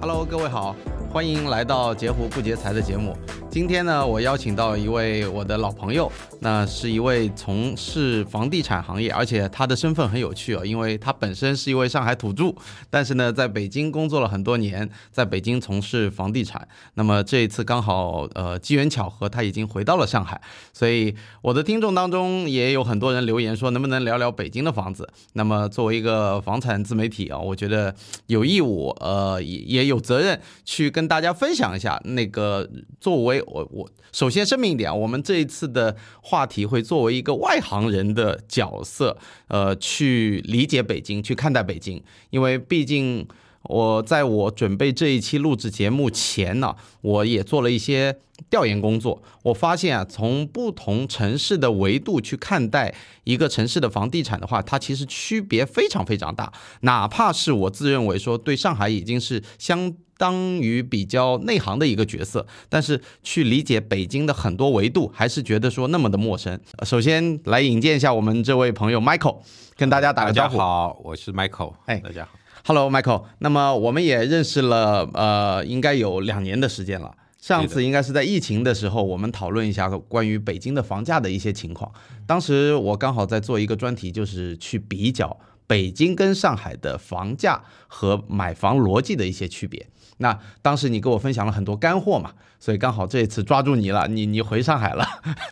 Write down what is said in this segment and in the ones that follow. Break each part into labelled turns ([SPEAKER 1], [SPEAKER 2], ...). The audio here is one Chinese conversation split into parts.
[SPEAKER 1] Hello，各位好，欢迎来到截胡不截财的节目。今天呢，我邀请到一位我的老朋友，那是一位从事房地产行业，而且他的身份很有趣哦，因为他本身是一位上海土著，但是呢，在北京工作了很多年，在北京从事房地产。那么这一次刚好呃机缘巧合，他已经回到了上海，所以我的听众当中也有很多人留言说能不能聊聊北京的房子。那么作为一个房产自媒体啊，我觉得有义务呃也也有责任去跟大家分享一下那个作为我我首先声明一点啊，我们这一次的话题会作为一个外行人的角色，呃，去理解北京，去看待北京，因为毕竟。我在我准备这一期录制节目前呢、我也做了一些调研工作。我发现啊，从不同城市的维度去看待一个城市的房地产的话，它其实区别非常非常大。哪怕是我自认为说对上海已经是相当于比较内行的一个角色，但是去理解北京的很多维度，还是觉得说那么的陌生。呃首先来引荐一下我们这位朋友 Michael，跟大家打
[SPEAKER 2] 大
[SPEAKER 1] 个
[SPEAKER 2] 家
[SPEAKER 1] 招呼。
[SPEAKER 2] 好，我是 Michael。
[SPEAKER 1] 哎
[SPEAKER 2] 大家好，
[SPEAKER 1] Hello，Michael。那么我们也认识了，呃，应该有两年的时间了。上次应该是在疫情的时候，我们讨论一下关于北京的房价的一些情况。当时我刚好在做一个专题，就是去比较北京跟上海的房价和买房逻辑的一些区别。那当时你给我分享了很多干货嘛，所以刚好这一次抓住你了，你你回上海了，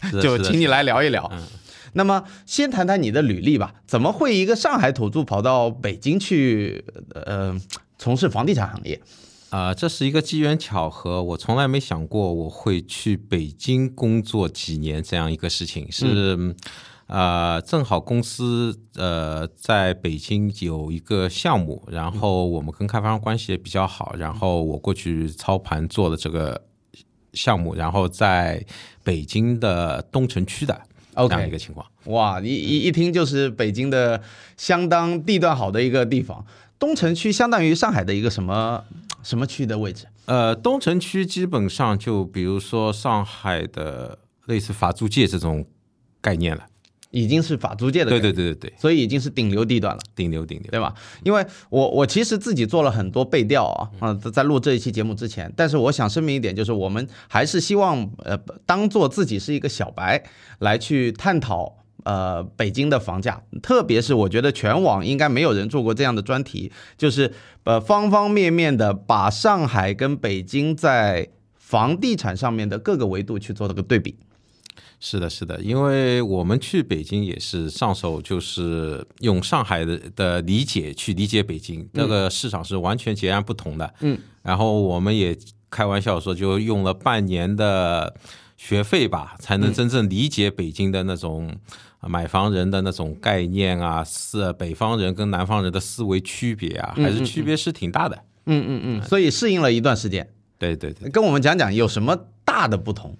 [SPEAKER 2] 是 的
[SPEAKER 1] 就是
[SPEAKER 2] 的
[SPEAKER 1] 请你来聊一聊。
[SPEAKER 2] 嗯
[SPEAKER 1] 那么先谈谈你的履历吧，怎么会一个上海土著跑到北京去，呃，从事房地产行业？
[SPEAKER 2] 呃，这是一个机缘巧合，我从来没想过我会去北京工作几年这样一个事情，是、
[SPEAKER 1] 嗯
[SPEAKER 2] 呃，正好公司呃在北京有一个项目，然后我们跟开发商关系也比较好，然后我过去操盘做的这个项目，然后在北京的东城区的这
[SPEAKER 1] OK
[SPEAKER 2] 样一个情况。
[SPEAKER 1] 哇，一一一听就是北京的相当地段好的一个地方，东城区相当于上海的一个什么什么区的位置？
[SPEAKER 2] 呃，东城区基本上就比如说上海的类似法租界这种概念了。
[SPEAKER 1] 已经是法租界的，
[SPEAKER 2] 对对，对对对，
[SPEAKER 1] 所以已经是顶流地段了。
[SPEAKER 2] 顶流顶流。
[SPEAKER 1] 对吧？因为我我其实自己做了很多背调啊，嗯、在在录这一期节目之前，但是我想声明一点，就是我们还是希望呃当做自己是一个小白来去探讨。呃，北京的房价，特别是我觉得全网应该没有人做过这样的专题，就是呃方方面面的把上海跟北京在房地产上面的各个维度去做了个对比。
[SPEAKER 2] 是的，是的，因为我们去北京也是上手，就是用上海的的理解去理解北京，那个市场是完全截然不同的。
[SPEAKER 1] 嗯，
[SPEAKER 2] 然后我们也开玩笑说，就用了半年的学费吧，才能真正理解北京的那种呃买房人的那种概念啊，思北方人跟南方人的思维区别啊，还是区别是挺大的。
[SPEAKER 1] 嗯嗯嗯，所以适应了一段时间，
[SPEAKER 2] 对对对，
[SPEAKER 1] 跟我们讲讲有什么大的不同？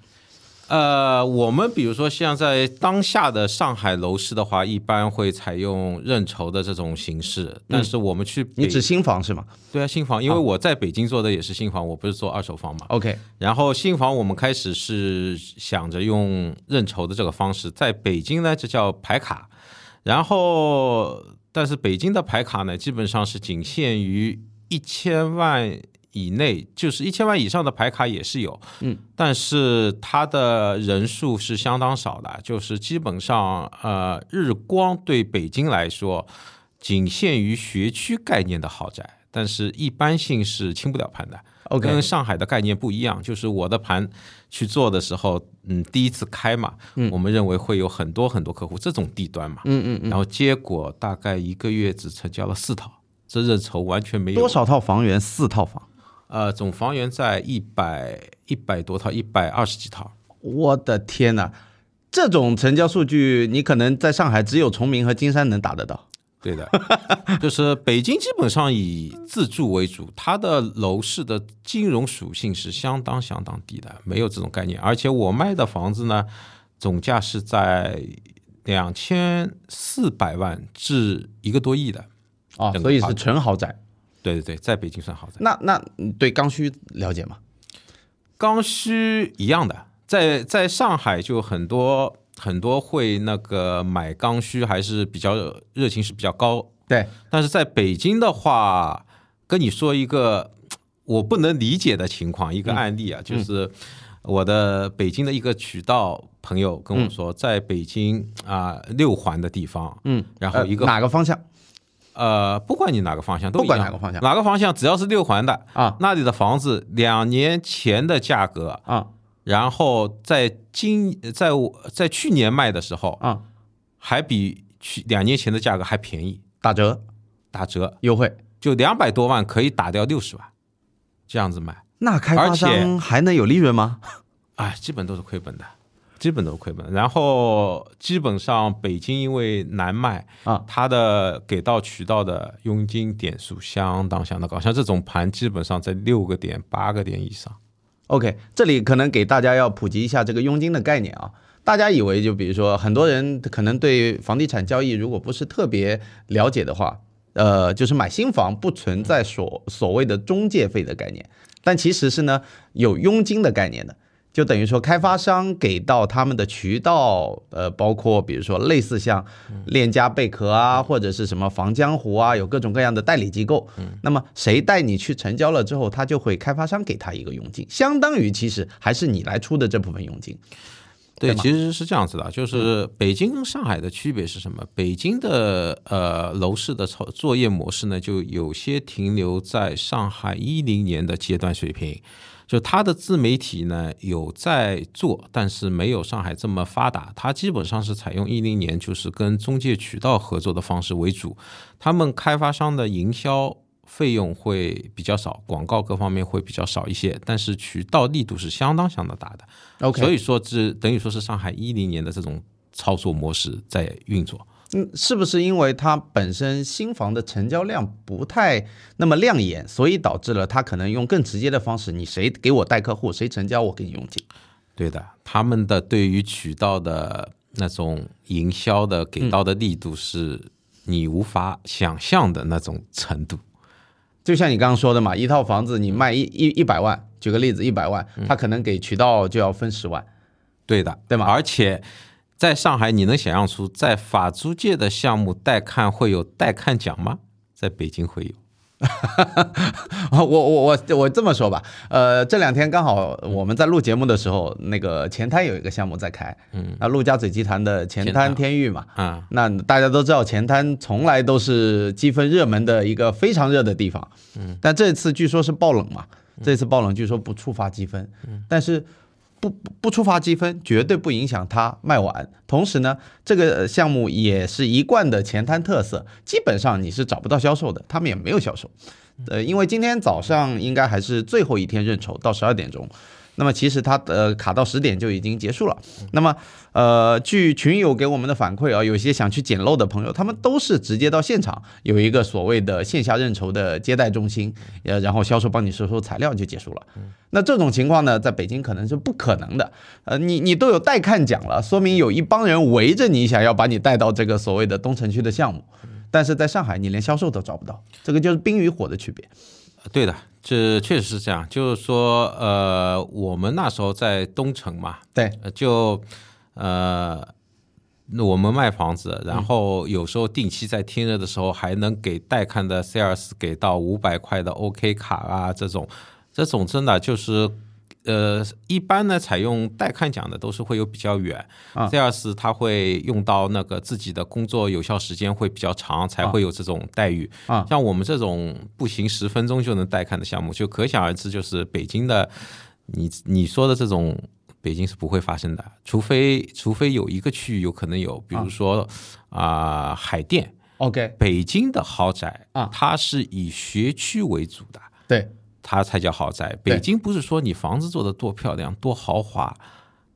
[SPEAKER 2] 呃，我们比如说像在当下的上海楼市的话，一般会采用认筹的这种形式，但是我们去北、
[SPEAKER 1] 你指新房是吗
[SPEAKER 2] 对啊新房，因为我在北京做的也是新房，我不是做二手房嘛。
[SPEAKER 1] ？OK，
[SPEAKER 2] 然后新房我们开始是想着用认筹的这个方式，在北京呢这叫排卡，然后但是北京的排卡呢基本上是仅限于一千万以内，就是一千万以上的排卡也是有，嗯，但是它的人数是相当少的，就是基本上呃日光对北京来说仅限于学区概念的豪宅，但是一般性是清不了盘的。
[SPEAKER 1] OK
[SPEAKER 2] 跟上海的概念不一样，就是我的盘去做的时候，嗯，第一次开嘛，我们认为会有很多很多客户这种地端嘛，嗯嗯然后结果大概一个月只成交了四套，这认筹完全没有
[SPEAKER 1] 多少套房源？四套房。
[SPEAKER 2] 呃，总房源在一百一百多套，一百二十几套。
[SPEAKER 1] 我的天呐，这种成交数据，你可能在上海只有崇明和金山能打得到。
[SPEAKER 2] 对的， 就是北京基本上以自住为主，它的楼市的金融属性是相当相当低的，没有这种概念。而且我卖的房子呢，总价是在两千四百万至一个多亿的。
[SPEAKER 1] 啊，
[SPEAKER 2] 整个
[SPEAKER 1] 所以是
[SPEAKER 2] 跨
[SPEAKER 1] 纯豪宅。
[SPEAKER 2] 对哦对对，在北京算豪宅。
[SPEAKER 1] 那那你对刚需了解吗？
[SPEAKER 2] 刚需一样的，在在上海就很多很多会那个买刚需，还是比较热情是比较高。
[SPEAKER 1] 对，
[SPEAKER 2] 但是在北京的话，跟你说一个，我不能理解的情况，一个
[SPEAKER 1] 嗯
[SPEAKER 2] 案例啊，就是我的北京的一个渠道朋友跟我
[SPEAKER 1] 嗯
[SPEAKER 2] 说，在北京啊、六环的地方，
[SPEAKER 1] 嗯，
[SPEAKER 2] 然后一个
[SPEAKER 1] 呃哪个方向
[SPEAKER 2] 呃，不管你哪个方向，都
[SPEAKER 1] 不管
[SPEAKER 2] 一样
[SPEAKER 1] 哪个方向
[SPEAKER 2] 哪个方向只要是六环的
[SPEAKER 1] 啊
[SPEAKER 2] 那里的房子，两年前的价格，
[SPEAKER 1] 啊
[SPEAKER 2] 然后在今在我在去年卖的时候，
[SPEAKER 1] 啊，
[SPEAKER 2] 还比去两年前的价格还便宜，
[SPEAKER 1] 打折
[SPEAKER 2] 打折
[SPEAKER 1] 优惠，
[SPEAKER 2] 就两百多万可以打掉六十万，这样子卖，
[SPEAKER 1] 那开发
[SPEAKER 2] 而且
[SPEAKER 1] 商还能有利润吗？
[SPEAKER 2] 哎，基本都是亏本的。基本都是亏本，然后基本上北京因为难卖，
[SPEAKER 1] 啊
[SPEAKER 2] 它的给到渠道的佣金点数相当相当高，像这种盘基本上在六个点、八个点以上。
[SPEAKER 1] ，OK，这里可能给大家要普及一下这个佣金的概念啊。大家以为就比如说，很多人可能对房地产交易如果不是特别了解的话，呃，就是买新房不存在所所谓的中介费的概念，但其实是呢有佣金的概念的。就等于说，开发商给到他们的渠道，呃，包括比如说类似像链家贝壳啊，或者是什么房江湖啊，有各种各样的代理机构。那么谁带你去成交了之后，他就会开发商给他一个佣金，相当于其实还是你来出的这部分佣金。
[SPEAKER 2] 对，
[SPEAKER 1] 对吗嗯
[SPEAKER 2] 其实是这样子的，就是北京跟上海的区别是什么？北京的呃楼市的操作业模式呢，就有些停留在上海一零年的阶段水平，就它的自媒体呢有在做，但是没有上海这么发达。它基本上是采用一零年就是跟中介渠道合作的方式为主，他们开发商的营销。费用会比较少，广告各方面会比较少一些，但是渠道力度是相当相当大的。所
[SPEAKER 1] OK，
[SPEAKER 2] 以说是等于说是上海一零年的这种操作模式在运作。
[SPEAKER 1] 嗯，是不是因为它本身新房的成交量不太那么亮眼，所以导致了它可能用更直接的方式，你谁给我带客户，谁成交我给你佣金。
[SPEAKER 2] 对的，他们的对于渠道的那种营销的给到的力度是你无法想象的那种程度。
[SPEAKER 1] 就像你刚刚说的嘛，一套房子你卖一一一百万，举个例子，一百万，他可能给渠道就要分十万。
[SPEAKER 2] 对的，
[SPEAKER 1] 对吗
[SPEAKER 2] 而且在上海，你能想象出在法租界的项目带看会有带看奖吗？在北京会有。
[SPEAKER 1] 我我我我这么说吧，呃，这两天刚好我们在录节目的时候，那个前滩有一个项目在开，嗯，那陆家嘴集团的前
[SPEAKER 2] 前滩
[SPEAKER 1] 滩天域嘛，
[SPEAKER 2] 啊、
[SPEAKER 1] 那大家都知道前滩从来都是积分热门的一个非常热的地方，嗯，但这次据说是爆冷嘛，这次爆冷据说不触发积分，嗯，但是不不不触发积分绝对不影响它卖完，同时呢，这个呃项目也是一贯的前滩特色，基本上你是找不到销售的，他们也没有销售，呃，因为今天早上应该还是最后一天认筹到十二点钟。那么其实它呃卡到十点就已经结束了。那么呃，据群友给我们的反馈啊，有些想去捡漏的朋友，他们都是直接到现场，有一个所谓的线下认筹的接待中心，呃，然后销售帮你收收材料就结束了。那这种情况呢，在北京可能是不可能的。呃，你你都有带看奖了，说明有一帮人围着你，想要把你带到这个所谓的东城区的项目。但是在上海，你连销售都找不到，这个就是冰与火的区别。
[SPEAKER 2] 对的，这确实是这样。就是说，呃，我们那时候在东城嘛，
[SPEAKER 1] 对，
[SPEAKER 2] 呃就呃，那我们卖房子，
[SPEAKER 1] 嗯
[SPEAKER 2] 然后有时候定期在天热的时候还能给带看的 sales 给到五百块的 OK 卡啊，这种这种真的就是。呃，一般呢，采用带看奖的都是会有比较远
[SPEAKER 1] 啊
[SPEAKER 2] ，sales 他会用到那个自己的工作有效时间会比较长，才
[SPEAKER 1] 啊
[SPEAKER 2] 会有这种待遇。
[SPEAKER 1] 啊
[SPEAKER 2] 像我们这种步行十分钟就能带看的项目，就可想而知，就是北京的你你说的这种。北京是不会发生的，除非除非有一个区域有可能有，比如说啊、海淀，
[SPEAKER 1] OK，
[SPEAKER 2] 北京的豪宅
[SPEAKER 1] 啊
[SPEAKER 2] 它是以学区为主的，
[SPEAKER 1] 对，
[SPEAKER 2] 它才叫豪宅。
[SPEAKER 1] 对
[SPEAKER 2] 北京不是说你房子做的多漂亮、多豪华，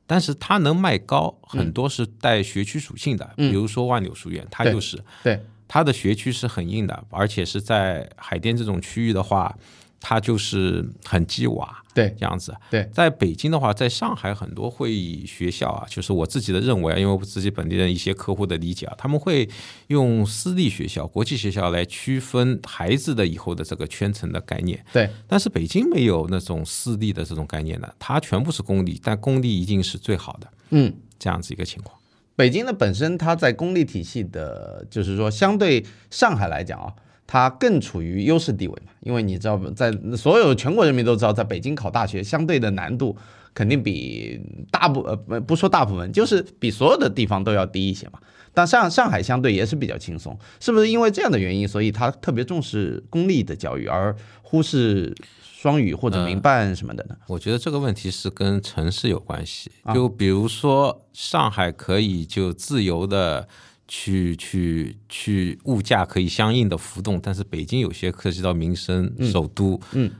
[SPEAKER 2] 但是它能卖高，很多是带学区属性的，比如说万柳书院，它
[SPEAKER 1] 嗯对
[SPEAKER 2] 就是。
[SPEAKER 1] 对，
[SPEAKER 2] 它的学区是很硬的，而且是在海淀这种区域的话，它就是很鸡瓦
[SPEAKER 1] 对，
[SPEAKER 2] 这样子。
[SPEAKER 1] 对，
[SPEAKER 2] 在北京的话，在上海很多会以学校啊，就是我自己的认为啊，因为我自己本地人一些客户的理解啊，他们会用私立学校、国际学校来区分孩子的以后的这个圈层的概念。
[SPEAKER 1] 对，
[SPEAKER 2] 但是北京没有那种私立的这种概念的，它全部是公立，但公立一定是最好的
[SPEAKER 1] 嗯。
[SPEAKER 2] 这样子一个情况。
[SPEAKER 1] 北京的本身它在公立体系的，就是说相对上海来讲啊，它更处于优势地位嘛，因为你知道，在所有全国人民都知道，在北京考大学相对的难度肯定比大部呃不不说大部分，就是比所有的地方都要低一些嘛。但上上海相对也是比较轻松，是不是因为这样的原因，所以他特别重视公立的教育，而忽视双语或者民办什么的呢？
[SPEAKER 2] 我觉得这个问题是跟城市有关系，就比如说上海可以就自由的去去去物价可以相应的浮动，但是北京有些涉及到民生首都，嗯，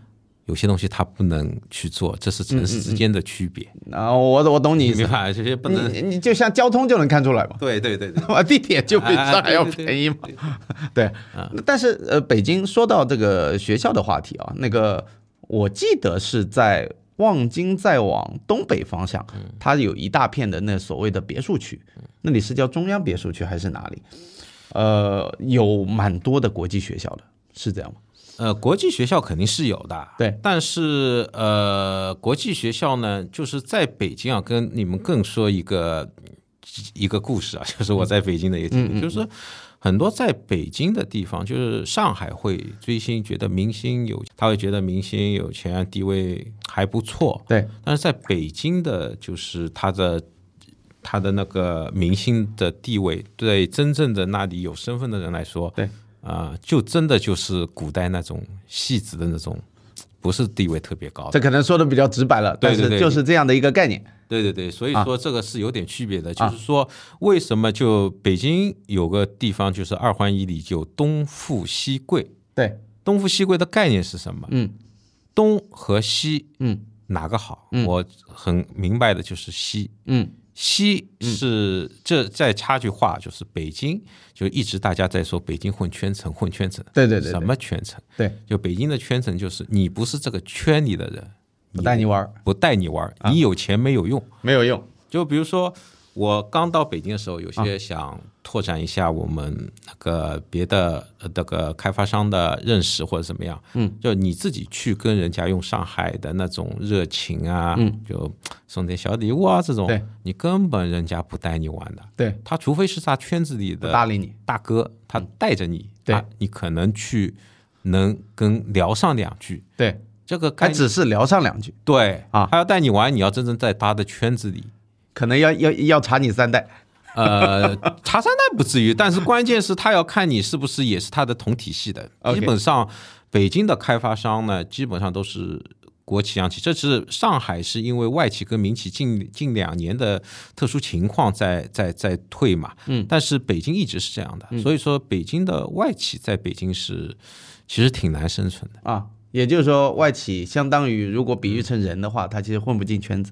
[SPEAKER 2] 有些东西它不能去做，这是城市之间的区别，
[SPEAKER 1] 啊，我我懂你意
[SPEAKER 2] 明
[SPEAKER 1] 思，
[SPEAKER 2] 白？这些 不能，
[SPEAKER 1] 你你就像交通就能看出来嘛。
[SPEAKER 2] 对对对对，
[SPEAKER 1] 啊，地铁就比上海要
[SPEAKER 2] 哎对对对啊
[SPEAKER 1] 便宜嘛。 对，但是呃，北京说到这个学校的话题啊，那个我记得是在望京再往东北方向，它有一大片的那所谓的别墅区，
[SPEAKER 2] 嗯
[SPEAKER 1] 那里是叫中央别墅区还是哪里？呃，有蛮多的国际学校的，是这样吗？
[SPEAKER 2] 呃，国际学校肯定是有的，
[SPEAKER 1] 对。
[SPEAKER 2] 但是呃，国际学校呢，就是在北京啊，跟你们更说一个一个故事啊， 就是我在北京的一个经历，就是很多在北京的地方，就是上海会追星，觉得明星有，他会觉得明星有钱，啊地位还不错，
[SPEAKER 1] 对，
[SPEAKER 2] 但是在北京的，就是他的他的那个明星的地位，对真正的那里有身份的人来说，
[SPEAKER 1] 对
[SPEAKER 2] 啊、就真的就是古代那种戏子的那种，不是地位特别高的。
[SPEAKER 1] 这可能说的比较直白了，
[SPEAKER 2] 对对
[SPEAKER 1] 但是
[SPEAKER 2] 对
[SPEAKER 1] 就是这样的一个概念。
[SPEAKER 2] 对对对，所以
[SPEAKER 1] 啊
[SPEAKER 2] 说这个是有点区别的，就是说为什么就北京有个地方就是二环以里有东富西贵，
[SPEAKER 1] 对，
[SPEAKER 2] 东富西贵的概念是什么？
[SPEAKER 1] 嗯
[SPEAKER 2] 东和西
[SPEAKER 1] 嗯
[SPEAKER 2] 哪个好？我很明白的就是西。
[SPEAKER 1] 嗯，
[SPEAKER 2] 西是这再插句话，就是北京，就一直大家在说北京混圈层，混圈层，
[SPEAKER 1] 对对对
[SPEAKER 2] 什么圈层？
[SPEAKER 1] 对，
[SPEAKER 2] 就北京的圈层就是你不是这个圈里的人，
[SPEAKER 1] 不带你玩儿
[SPEAKER 2] 不带你玩儿，
[SPEAKER 1] 啊
[SPEAKER 2] 你有钱没有用。
[SPEAKER 1] 没有用。
[SPEAKER 2] 就比如说我刚到北京的时候，有些想拓展一下我们那个别的呃那个开发商的认识或者怎么样，嗯，就你自己去跟人家用上海的那种热情啊，嗯，就送点小礼物啊这种
[SPEAKER 1] 对，
[SPEAKER 2] 你根本人家不带你玩的，
[SPEAKER 1] 对，
[SPEAKER 2] 他除非是他圈子里
[SPEAKER 1] 不
[SPEAKER 2] 的
[SPEAKER 1] 搭理你。
[SPEAKER 2] 大哥，他带着你，
[SPEAKER 1] 对
[SPEAKER 2] 啊，你可能去能跟聊上两句，
[SPEAKER 1] 对，
[SPEAKER 2] 这个
[SPEAKER 1] 还
[SPEAKER 2] 概念
[SPEAKER 1] 只是聊上两句。
[SPEAKER 2] 对
[SPEAKER 1] 哎啊
[SPEAKER 2] 他要带你玩，你要真正在他的圈子里。
[SPEAKER 1] 可能要要要查你三代。
[SPEAKER 2] 呃，茶三代不至于，但是关键是他要看你是不是也是他的同体系的。
[SPEAKER 1] OK
[SPEAKER 2] 基本上，北京的开发商呢，基本上都是国企、央企。这是上海是因为外企跟民企近近两年的特殊情况在在在退嘛。嗯，但是北京一直是这样的，所以说北京的外企在北京是其实挺难生存的。
[SPEAKER 1] 啊，也就是说，外企相当于如果比喻成人的话，他其实混不进圈子，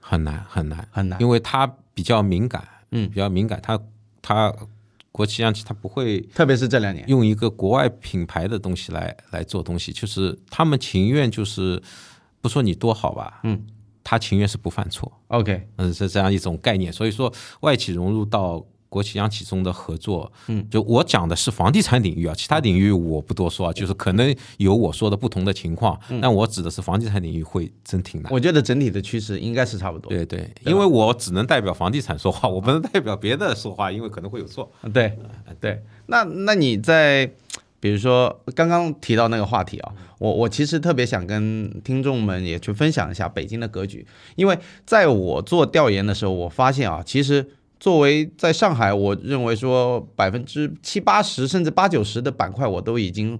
[SPEAKER 2] 很难很难
[SPEAKER 1] 很难
[SPEAKER 2] 因为它比较敏感，嗯，比较敏感，它它国企央企它不会
[SPEAKER 1] 特别是这两年。
[SPEAKER 2] 用一个国外品牌的东西来来做东西，就是他们情愿就是不说你多好吧，嗯，他情愿是不犯错，
[SPEAKER 1] OK，
[SPEAKER 2] 嗯，是这样一种概念。所以说，外企融入到国企央企中的合作，嗯，就我讲的是房地产领域啊，其他领域我不多说啊，就是可能有我说的不同的情况，但我指的是房地产领域会真挺难。
[SPEAKER 1] 我觉得整体的趋势应该是差不多。
[SPEAKER 2] 对对，因为我只能代表房地产说话，我不能代表别的说话，因为可能会有错。
[SPEAKER 1] 对对，那那你在，比如说刚刚提到那个话题啊，我我其实特别想跟听众们也去分享一下北京的格局，因为在我做调研的时候，我发现啊，其实作为在上海，我认为说百分之七八十甚至八九十的板块，我都已经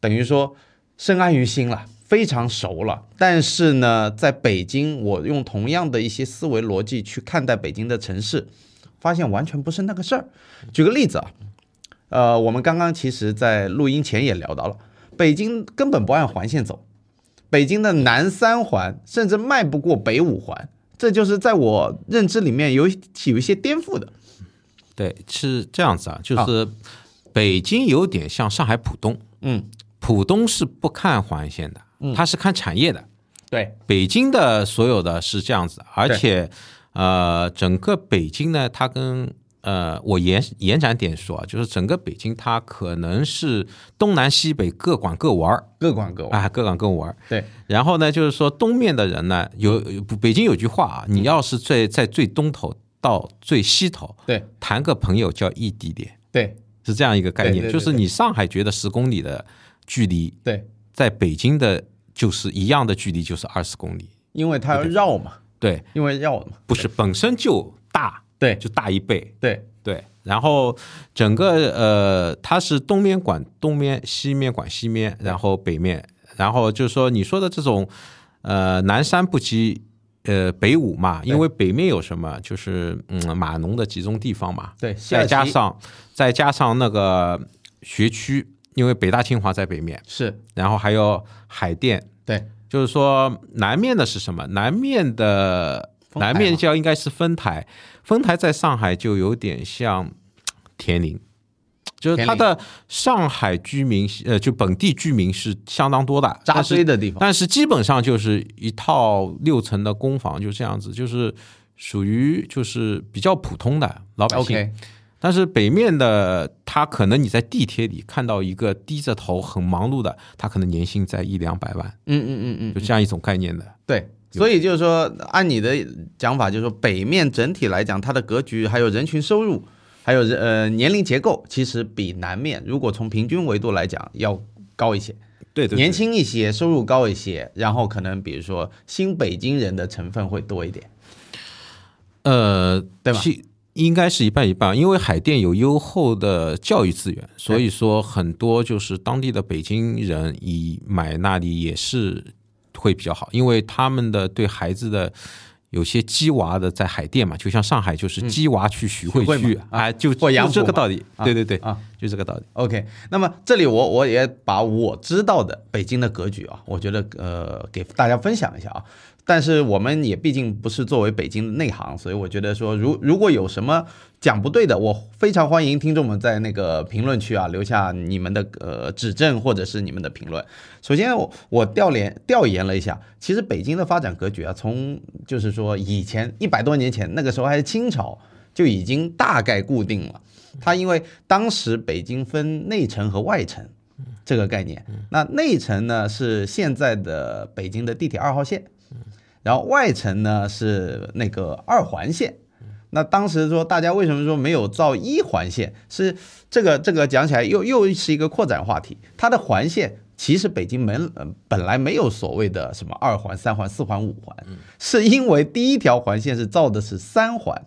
[SPEAKER 1] 等于说深谙于心了。非常熟了，但是呢，在北京，我用同样的一些思维逻辑去看待北京的城市，发现完全不是那个事儿。举个例子啊，呃，我们刚刚其实在录音前也聊到了，北京根本不按环线走，北京的南三环甚至迈不过北五环，这就是在我认知里面有一有一些颠覆的。
[SPEAKER 2] 对，是这样子啊，就是北京有点像上海浦东，
[SPEAKER 1] 嗯，
[SPEAKER 2] 浦东是不看环线的，它是看产业的。
[SPEAKER 1] 对，
[SPEAKER 2] 北京的所有的是这样子，而且呃，整个北京呢，它跟呃，我延延展点说啊，就是整个北京它可能是东南西北各管各玩儿
[SPEAKER 1] 各管各玩。
[SPEAKER 2] 啊，各管各玩儿。
[SPEAKER 1] 哦对，
[SPEAKER 2] 然后呢，就是说东面的人呢，有有北京有句话
[SPEAKER 1] 嗯
[SPEAKER 2] 啊，你要是最在最东头到最西头
[SPEAKER 1] 对，
[SPEAKER 2] 谈个朋友叫异地恋。
[SPEAKER 1] 对，
[SPEAKER 2] 是这样一个概
[SPEAKER 1] 对对
[SPEAKER 2] 念，
[SPEAKER 1] 对
[SPEAKER 2] 就是你上海觉得十公里的距离，
[SPEAKER 1] 对，
[SPEAKER 2] 在北京的就是一样的距离，就是二十公里。
[SPEAKER 1] 因为它要绕嘛，
[SPEAKER 2] 对，
[SPEAKER 1] 因为绕嘛，
[SPEAKER 2] 不是本身就大，
[SPEAKER 1] 对
[SPEAKER 2] 就大一倍。
[SPEAKER 1] 对，
[SPEAKER 2] 对，然后整个呃，它是东面管东面，西面管西面，然后北面，然后就是说你说的这种呃南山不及呃北五嘛，因为北面有什么就是嗯码农的集中地方嘛，
[SPEAKER 1] 对下
[SPEAKER 2] 再
[SPEAKER 1] 棋
[SPEAKER 2] 加上再加上那个学区，因为北大清华在北面，
[SPEAKER 1] 是，
[SPEAKER 2] 然后还有海淀，
[SPEAKER 1] 对，
[SPEAKER 2] 就是说南面的是什么？南面的
[SPEAKER 1] 丰台嘛
[SPEAKER 2] 南面叫应该是丰台，丰台在上海就有点像田林，就是它的上海居民呃，就本地居民是相当多的，
[SPEAKER 1] 扎
[SPEAKER 2] 但是
[SPEAKER 1] 堆的地方，
[SPEAKER 2] 但是基本上就是一套六层的公房就这样子，就是属于就是比较普通的老百姓。
[SPEAKER 1] OK，
[SPEAKER 2] 但是北面的他可能你在地铁里看到一个低着头很忙碌的，他可能年薪在一两百万，
[SPEAKER 1] 嗯嗯嗯
[SPEAKER 2] 就
[SPEAKER 1] 嗯，
[SPEAKER 2] 这样一种概念的。
[SPEAKER 1] 对。所以就是说，按你的讲法，就是说北面整体来讲，它的格局、还有人群收入，还有人呃年龄结构，其实比南面如果从平均维度来讲要高一些。
[SPEAKER 2] 对对
[SPEAKER 1] 年轻一些，收入高一些，然后可能比如说新北京人的成分会多一点。
[SPEAKER 2] 呃，
[SPEAKER 1] 对吧
[SPEAKER 2] 其应该是一半一半，因为海淀有优厚的教育资源，所以说很多就是当地的北京人以买那里也是会比较好，因为他们的对孩子的。有些鸡娃的在海淀嘛，就像上海就是鸡娃去徐汇
[SPEAKER 1] 嗯徐汇
[SPEAKER 2] 区
[SPEAKER 1] 嘛啊
[SPEAKER 2] 啊，就
[SPEAKER 1] 或杨
[SPEAKER 2] 就这
[SPEAKER 1] 浦
[SPEAKER 2] 个
[SPEAKER 1] 嘛
[SPEAKER 2] 道理，
[SPEAKER 1] 啊
[SPEAKER 2] 对对对
[SPEAKER 1] 啊，
[SPEAKER 2] 就这个道理。
[SPEAKER 1] OK，那么这里我我也把我知道的北京的格局啊，我觉得呃给大家分享一下啊。但是我们也毕竟不是作为北京的内行，所以我觉得说如如果有什么讲不对的，我非常欢迎听众们在那个评论区啊留下你们的呃指正或者是你们的评论。首先我我调研调研了一下，其实北京的发展格局啊，从就是说以前一百多年前那个时候还是清朝就已经大概固定了。它因为当时北京分内城和外城这个概念，那内城呢是现在的北京的地铁二号线，然后外城呢是那个二环线。那当时说大家为什么说没有造一环线？是这个这个讲起来又又是一个扩展话题，它的环线。其实北京门、呃、本来没有所谓的什么二环、三环、四环、五环，是因为第一条环线是造的是三环，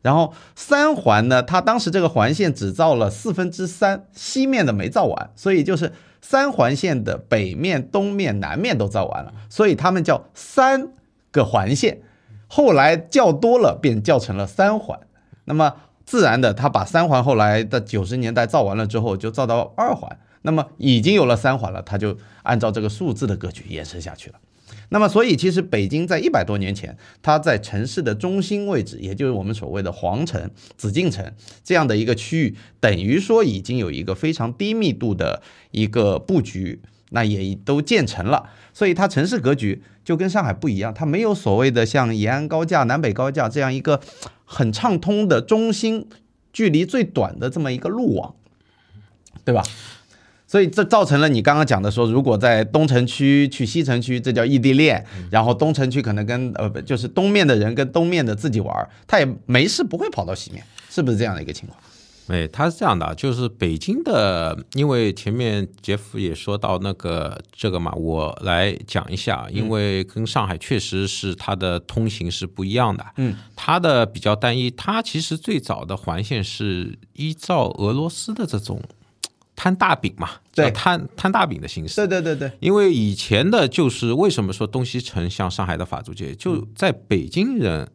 [SPEAKER 1] 然后三环呢，它当时这个环线只造了四分之三，西面的没造完，所以就是三环线的北面、东面、南面都造完了，所以他们叫三个环线。后来叫多了，便叫成了三环。那么自然的，他把三环后来的九十年代造完了之后，就造到二环。那么已经有了三环了，他就按照这个数字的格局延伸下去了。那么，所以其实北京在一百多年前，它在城市的中心位置，也就是我们所谓的皇城、紫禁城这样的一个区域，等于说已经有一个非常低密度的一个布局，那也都建成了。所以它城市格局就跟上海不一样，它没有所谓的像延安高架、南北高架这样一个很畅通的中心距离最短的这么一个路网，对吧？所以这造成了你刚刚讲的说，如果在东城区去西城区，这叫异地恋。
[SPEAKER 2] 嗯
[SPEAKER 1] 然后东城区可能跟呃不就是东面的人跟东面的自己玩儿，他也没事不会跑到西面，是不是这样的一个情况？
[SPEAKER 2] 哎，它是这样的啊，就是北京的，因为前面杰夫也说到那个这个嘛，我来讲一下，啊
[SPEAKER 1] 嗯
[SPEAKER 2] 因为跟上海确实是它的通行是不一样的，
[SPEAKER 1] 嗯，
[SPEAKER 2] 它的比较单一，它其实最早的环线是依照俄罗斯的这种摊大饼嘛，
[SPEAKER 1] 对
[SPEAKER 2] 叫摊摊大饼的形式，
[SPEAKER 1] 对对对对，
[SPEAKER 2] 因为以前的就是为什么说东西城像上海的法租界，就
[SPEAKER 1] 嗯
[SPEAKER 2] 在北京人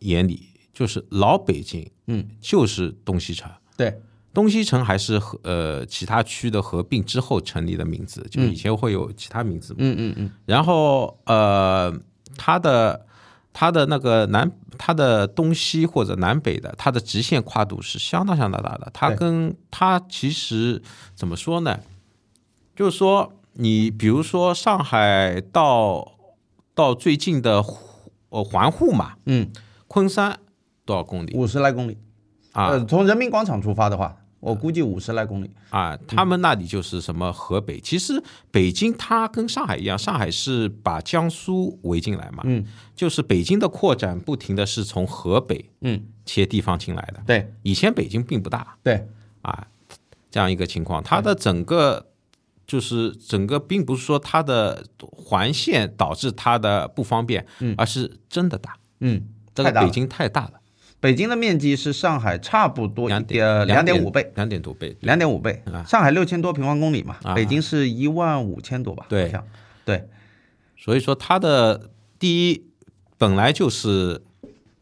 [SPEAKER 2] 眼里，就是老北京，
[SPEAKER 1] 嗯，
[SPEAKER 2] 就是东西城。
[SPEAKER 1] 对
[SPEAKER 2] 东西城还是合呃其他区的合并之后成立的名字，就以前会有其他名字嘛。
[SPEAKER 1] 嗯嗯嗯，
[SPEAKER 2] 然后呃，它的它的那个南它的东西或者南北的，它的直线跨度是相当相当大的。它
[SPEAKER 1] 对
[SPEAKER 2] 跟它其实怎么说呢？就是说，你比如说上海到到最近的沪呃环沪嘛，
[SPEAKER 1] 嗯，
[SPEAKER 2] 昆山多少公里
[SPEAKER 1] 五十来公里
[SPEAKER 2] 啊？
[SPEAKER 1] 呃，从人民广场出发的话，我估计五十来公里。
[SPEAKER 2] 啊，他们那里就是什么河北。其实北京它跟上海一样，上海是把江苏围进来嘛，
[SPEAKER 1] 嗯，
[SPEAKER 2] 就是北京的扩展不停的是从河北
[SPEAKER 1] 嗯，
[SPEAKER 2] 切地方进来的。
[SPEAKER 1] 对
[SPEAKER 2] 以前北京并不大
[SPEAKER 1] 对
[SPEAKER 2] 啊，这样一个情况。它的整个就是整个，并不是说它的环线导致它的不方便，
[SPEAKER 1] 嗯
[SPEAKER 2] 而是真的大，
[SPEAKER 1] 嗯，
[SPEAKER 2] 这
[SPEAKER 1] 太
[SPEAKER 2] 个
[SPEAKER 1] 大了
[SPEAKER 2] 北京太大了，
[SPEAKER 1] 北京的面积是上海差不多一
[SPEAKER 2] 两
[SPEAKER 1] 点
[SPEAKER 2] 点
[SPEAKER 1] 呃两
[SPEAKER 2] 点
[SPEAKER 1] 点五倍，，
[SPEAKER 2] 两点多倍，
[SPEAKER 1] 两点五倍。上海六千多平方公里嘛，
[SPEAKER 2] 啊
[SPEAKER 1] 北京是一万五千多吧？
[SPEAKER 2] 对
[SPEAKER 1] 好像，对，
[SPEAKER 2] 所以说它的第一本来就是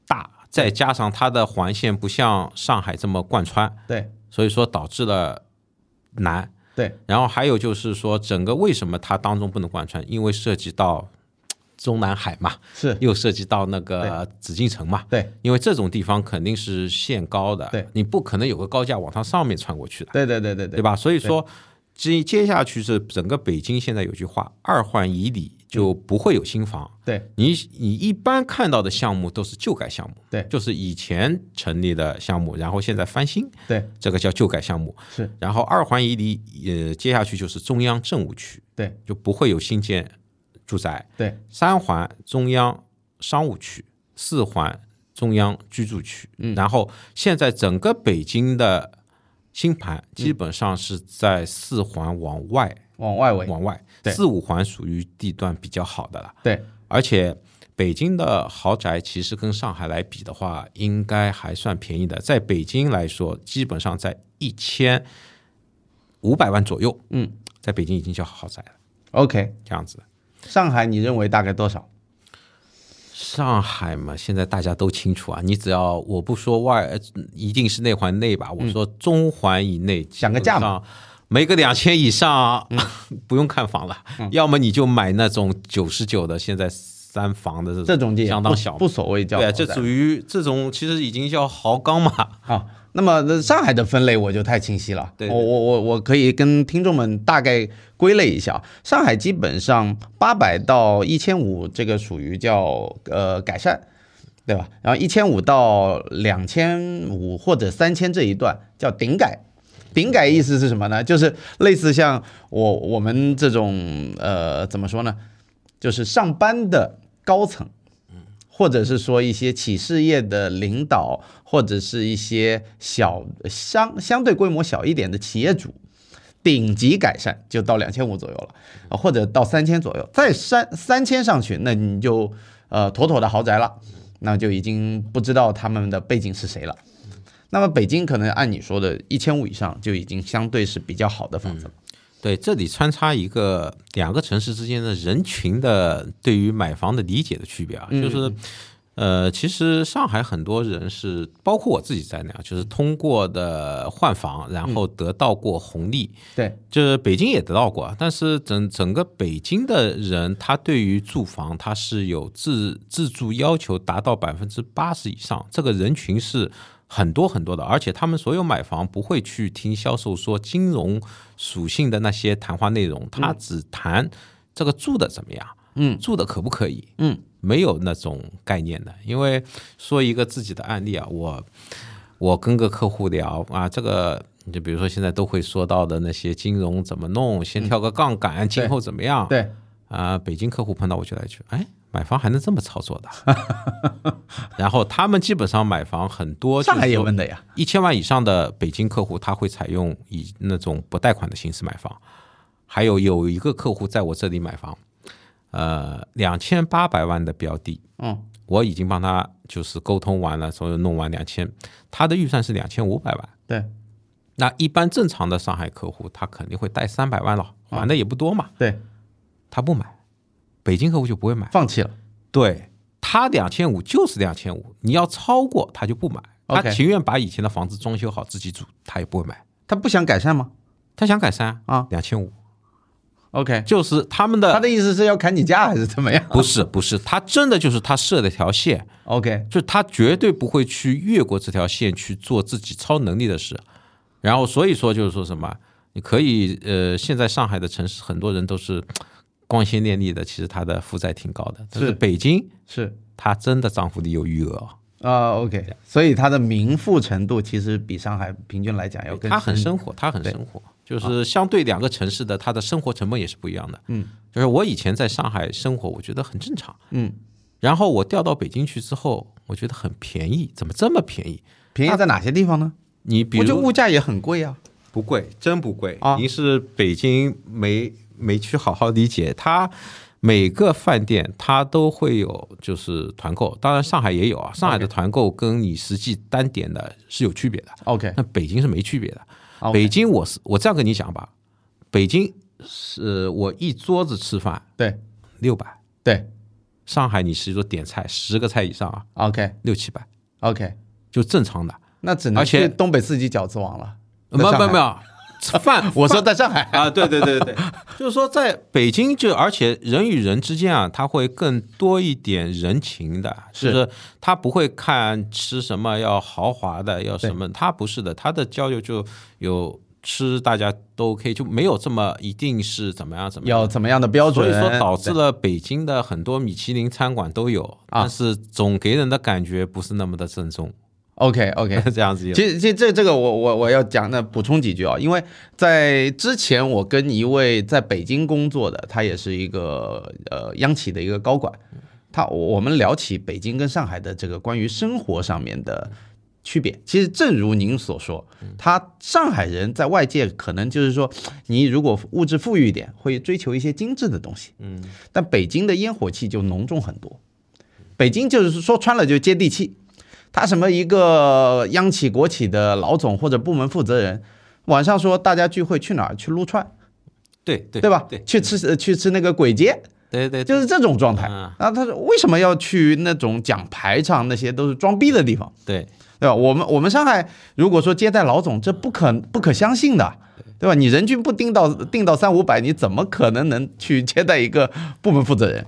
[SPEAKER 2] 大，再加上它的环线不像上海这么贯穿，
[SPEAKER 1] 对，
[SPEAKER 2] 所以说导致了难。
[SPEAKER 1] 对，
[SPEAKER 2] 然后还有就是说，整个为什么它当中不能贯穿？因为涉及到中南海嘛，
[SPEAKER 1] 是，
[SPEAKER 2] 又涉及到那个紫禁城嘛。
[SPEAKER 1] 对，
[SPEAKER 2] 因为这种地方肯定是限高的，
[SPEAKER 1] 对
[SPEAKER 2] 你不可能有个高架往它上面穿过去的，
[SPEAKER 1] 对对对对
[SPEAKER 2] 对？吧？所以说，接接下去是整个北京现在有句话：二环以里就不会有新房。
[SPEAKER 1] 嗯对，
[SPEAKER 2] 你你一般看到的项目都是旧改项目，
[SPEAKER 1] 对
[SPEAKER 2] 就是以前成立的项目，然后现在翻新，
[SPEAKER 1] 对，
[SPEAKER 2] 这个叫旧改项目。
[SPEAKER 1] 是，
[SPEAKER 2] 然后二环以里，呃，接下去就是中央政务区，
[SPEAKER 1] 对，
[SPEAKER 2] 就不会有新建住宅。
[SPEAKER 1] 对，
[SPEAKER 2] 三环中央商务区，四环中央居住区。嗯，然后现在整个北京的新盘
[SPEAKER 1] 嗯
[SPEAKER 2] 基本上是在四环往外，
[SPEAKER 1] 往外围，
[SPEAKER 2] 往外
[SPEAKER 1] 对
[SPEAKER 2] 四五环属于地段比较好的了。
[SPEAKER 1] 对，
[SPEAKER 2] 而且北京的豪宅其实跟上海来比的话，应该还算便宜的。在北京来说，基本上在一千五百万左右，
[SPEAKER 1] 嗯，
[SPEAKER 2] 在北京已经叫豪宅了。
[SPEAKER 1] OK，
[SPEAKER 2] 这样子，
[SPEAKER 1] 上海你认为大概多少？
[SPEAKER 2] 上海嘛，现在大家都清楚啊。你只要我不说外，呃一定是内环内吧，我说中环以内，
[SPEAKER 1] 嗯讲个价嘛嗯
[SPEAKER 2] 嘛。没个两千以上， 不用看房了。要么你就买那种九十九的，现在三房的
[SPEAKER 1] 这种也
[SPEAKER 2] 相当小
[SPEAKER 1] 不不所谓叫
[SPEAKER 2] 对，啊
[SPEAKER 1] 豪
[SPEAKER 2] 这
[SPEAKER 1] 宅
[SPEAKER 2] 属于这种其实已经叫豪刚嘛。
[SPEAKER 1] 好，啊那么那上海的分类我就太清晰了，
[SPEAKER 2] 对
[SPEAKER 1] 我我我我可以跟听众们大概归类一下啊，上海基本上八百到一千五这个属于叫呃改善，对吧？然后一千五到两千五或者三千这一段叫顶改。顶改意思是什么呢？就是类似像我我们这种呃怎么说呢，就是上班的高层，或者是说一些企事业的领导，或者是一些小相相对规模小一点的企业主，顶级改善就到两千五左右了，啊或者到三千左右，再三三千上去，那你就呃妥妥的豪宅了，那就已经不知道他们的背景是谁了。那么北京可能按你说的，一千五以上就已经相对是比较好的房子了。
[SPEAKER 2] 对，这里穿插一个两个城市之间的人群的对于买房的理解的区别啊，就是。呃，其实上海很多人是，包括我自己在内啊，就是通过的换房，然后得到过红利，
[SPEAKER 1] 对
[SPEAKER 2] 就是北京也得到过啊，但是整整个北京的人，他对于住房他是有自自住要求达到百分之八十以上，这个人群是很多很多的，而且他们所有买房不会去听销售说金融属性的那些谈话内容，他只谈这个住的怎么样，
[SPEAKER 1] 嗯，
[SPEAKER 2] 住的可不可以，
[SPEAKER 1] 嗯，
[SPEAKER 2] 没有那种概念的，因为说一个自己的案例啊，我我跟个客户聊啊，这个你就比如说现在都会说到的那些金融怎么弄，先跳个杠杆，今后怎么样？
[SPEAKER 1] 对，
[SPEAKER 2] 啊、北京客户碰到我就来一句，哎，买房还能这么操作的？ 然后他们基本上买房很多，
[SPEAKER 1] 上海也问的呀。
[SPEAKER 2] 一千万以上的北京客户，他会采用以那种不贷款的形式买房。还有有一个客户在我这里买房，呃，两千八百万的标的，
[SPEAKER 1] 嗯，
[SPEAKER 2] 我已经帮他就是沟通完了，所有弄完两千，他的预算是两千五百万。
[SPEAKER 1] 对
[SPEAKER 2] 那一般正常的上海客户，他肯定会贷三百万了，还的也不多嘛，
[SPEAKER 1] 对，
[SPEAKER 2] 他不买。北京客户就不会买，
[SPEAKER 1] 放弃了。
[SPEAKER 2] 对他两千五就是两千五，你要超过他就不买，他
[SPEAKER 1] OK
[SPEAKER 2] 情愿把以前的房子装修好自己住，他也不会买。
[SPEAKER 1] 他不想改善吗
[SPEAKER 2] 他想改善
[SPEAKER 1] 啊，
[SPEAKER 2] 两千五，
[SPEAKER 1] ？OK，
[SPEAKER 2] 就是他 们
[SPEAKER 1] 他
[SPEAKER 2] 的
[SPEAKER 1] 的意思是要砍你价还是怎么 样
[SPEAKER 2] 不是不是，他真的就是他设的条线，
[SPEAKER 1] ？OK，
[SPEAKER 2] 就是他绝对不会去越过这条线去做自己超能力的事。然后所以说就是说什么，你可以呃，现在上海的城市很多人都是光鲜亮丽的，其实他的负债挺高的，但
[SPEAKER 1] 是
[SPEAKER 2] 是北京
[SPEAKER 1] 是
[SPEAKER 2] 他真的账户里有余额，
[SPEAKER 1] 啊、o k 所以它的名副程度其实比上海平均来讲要更
[SPEAKER 2] 他很
[SPEAKER 1] 深
[SPEAKER 2] 生活，他很生活，就是相对两个城市的他的生活成本也是不一样的。
[SPEAKER 1] 嗯，
[SPEAKER 2] 就是我以前在上海生活，我觉得很正常。
[SPEAKER 1] 嗯，
[SPEAKER 2] 然后我调到北京去之后，我觉得很便宜，怎么这么便宜？
[SPEAKER 1] 便宜在哪些地方呢？
[SPEAKER 2] 你比
[SPEAKER 1] 我觉得
[SPEAKER 2] 如
[SPEAKER 1] 物价也很贵啊。
[SPEAKER 2] 不贵，真不贵。
[SPEAKER 1] 啊
[SPEAKER 2] 您是北京没没去好好理解，它每个饭店它都会有就是团购，当然上海也有啊，上海的团购跟你实际单点的是有区别的，
[SPEAKER 1] ？OK，
[SPEAKER 2] 那北京是没区别的。
[SPEAKER 1] 啊 OK
[SPEAKER 2] 北京我是我这样跟你讲吧，北京是我一桌子吃饭
[SPEAKER 1] 对
[SPEAKER 2] 六百，
[SPEAKER 1] 对
[SPEAKER 2] 上海你是说点菜十个菜以上啊
[SPEAKER 1] ，OK
[SPEAKER 2] 六七百
[SPEAKER 1] OK，
[SPEAKER 2] 就正常的，
[SPEAKER 1] 那只能
[SPEAKER 2] 而且
[SPEAKER 1] 去东北四季饺子王了。
[SPEAKER 2] 没有
[SPEAKER 1] 在上海
[SPEAKER 2] 没有没， 有，吃饭
[SPEAKER 1] 我说在上海。
[SPEAKER 2] 啊，对对对对对， 就是说在北京就，而且人与人之间啊，他会更多一点人情的，
[SPEAKER 1] 是
[SPEAKER 2] 就是他不会看吃什么要豪华的，要什么，他不是的，他的交流就有吃大家都 OK，就没有这么一定是怎么样怎么样。
[SPEAKER 1] 有怎么样的标
[SPEAKER 2] 所
[SPEAKER 1] 准？
[SPEAKER 2] 以说导致了北京的很多米其林餐馆都有，
[SPEAKER 1] 啊
[SPEAKER 2] 但是总给人的感觉不是那么的正宗，
[SPEAKER 1] OK OK。
[SPEAKER 2] 这样子有。
[SPEAKER 1] 其实，其实这这个我我我要讲那补充几句啊、因为在之前我跟一位在北京工作的，他也是一个呃央企的一个高管，他我我们聊起北京跟上海的这个关于生活上面的区别，其实正如您所说，嗯他上海人在外界可能就是说，你如果物质富裕一点，会追求一些精致的东西，嗯，但北京的烟火气就浓重很多，北京就是说穿了就接地气，他什么一个央企国企的老总或者部门负责人，晚上说大家聚会去哪儿去撸串，
[SPEAKER 2] 对对
[SPEAKER 1] 对吧？
[SPEAKER 2] 对
[SPEAKER 1] 去吃呃去吃那个鬼街，
[SPEAKER 2] 对对，
[SPEAKER 1] 就是这种状态。
[SPEAKER 2] 嗯
[SPEAKER 1] 那他说为什么要去那种讲排场那些都是装逼的地方，
[SPEAKER 2] 对
[SPEAKER 1] 对吧？我们我们上海如果说接待老总，这不可不可相信的，对吧？你人均不定到定到三五百，你怎么可能能去接待一个部门负责人？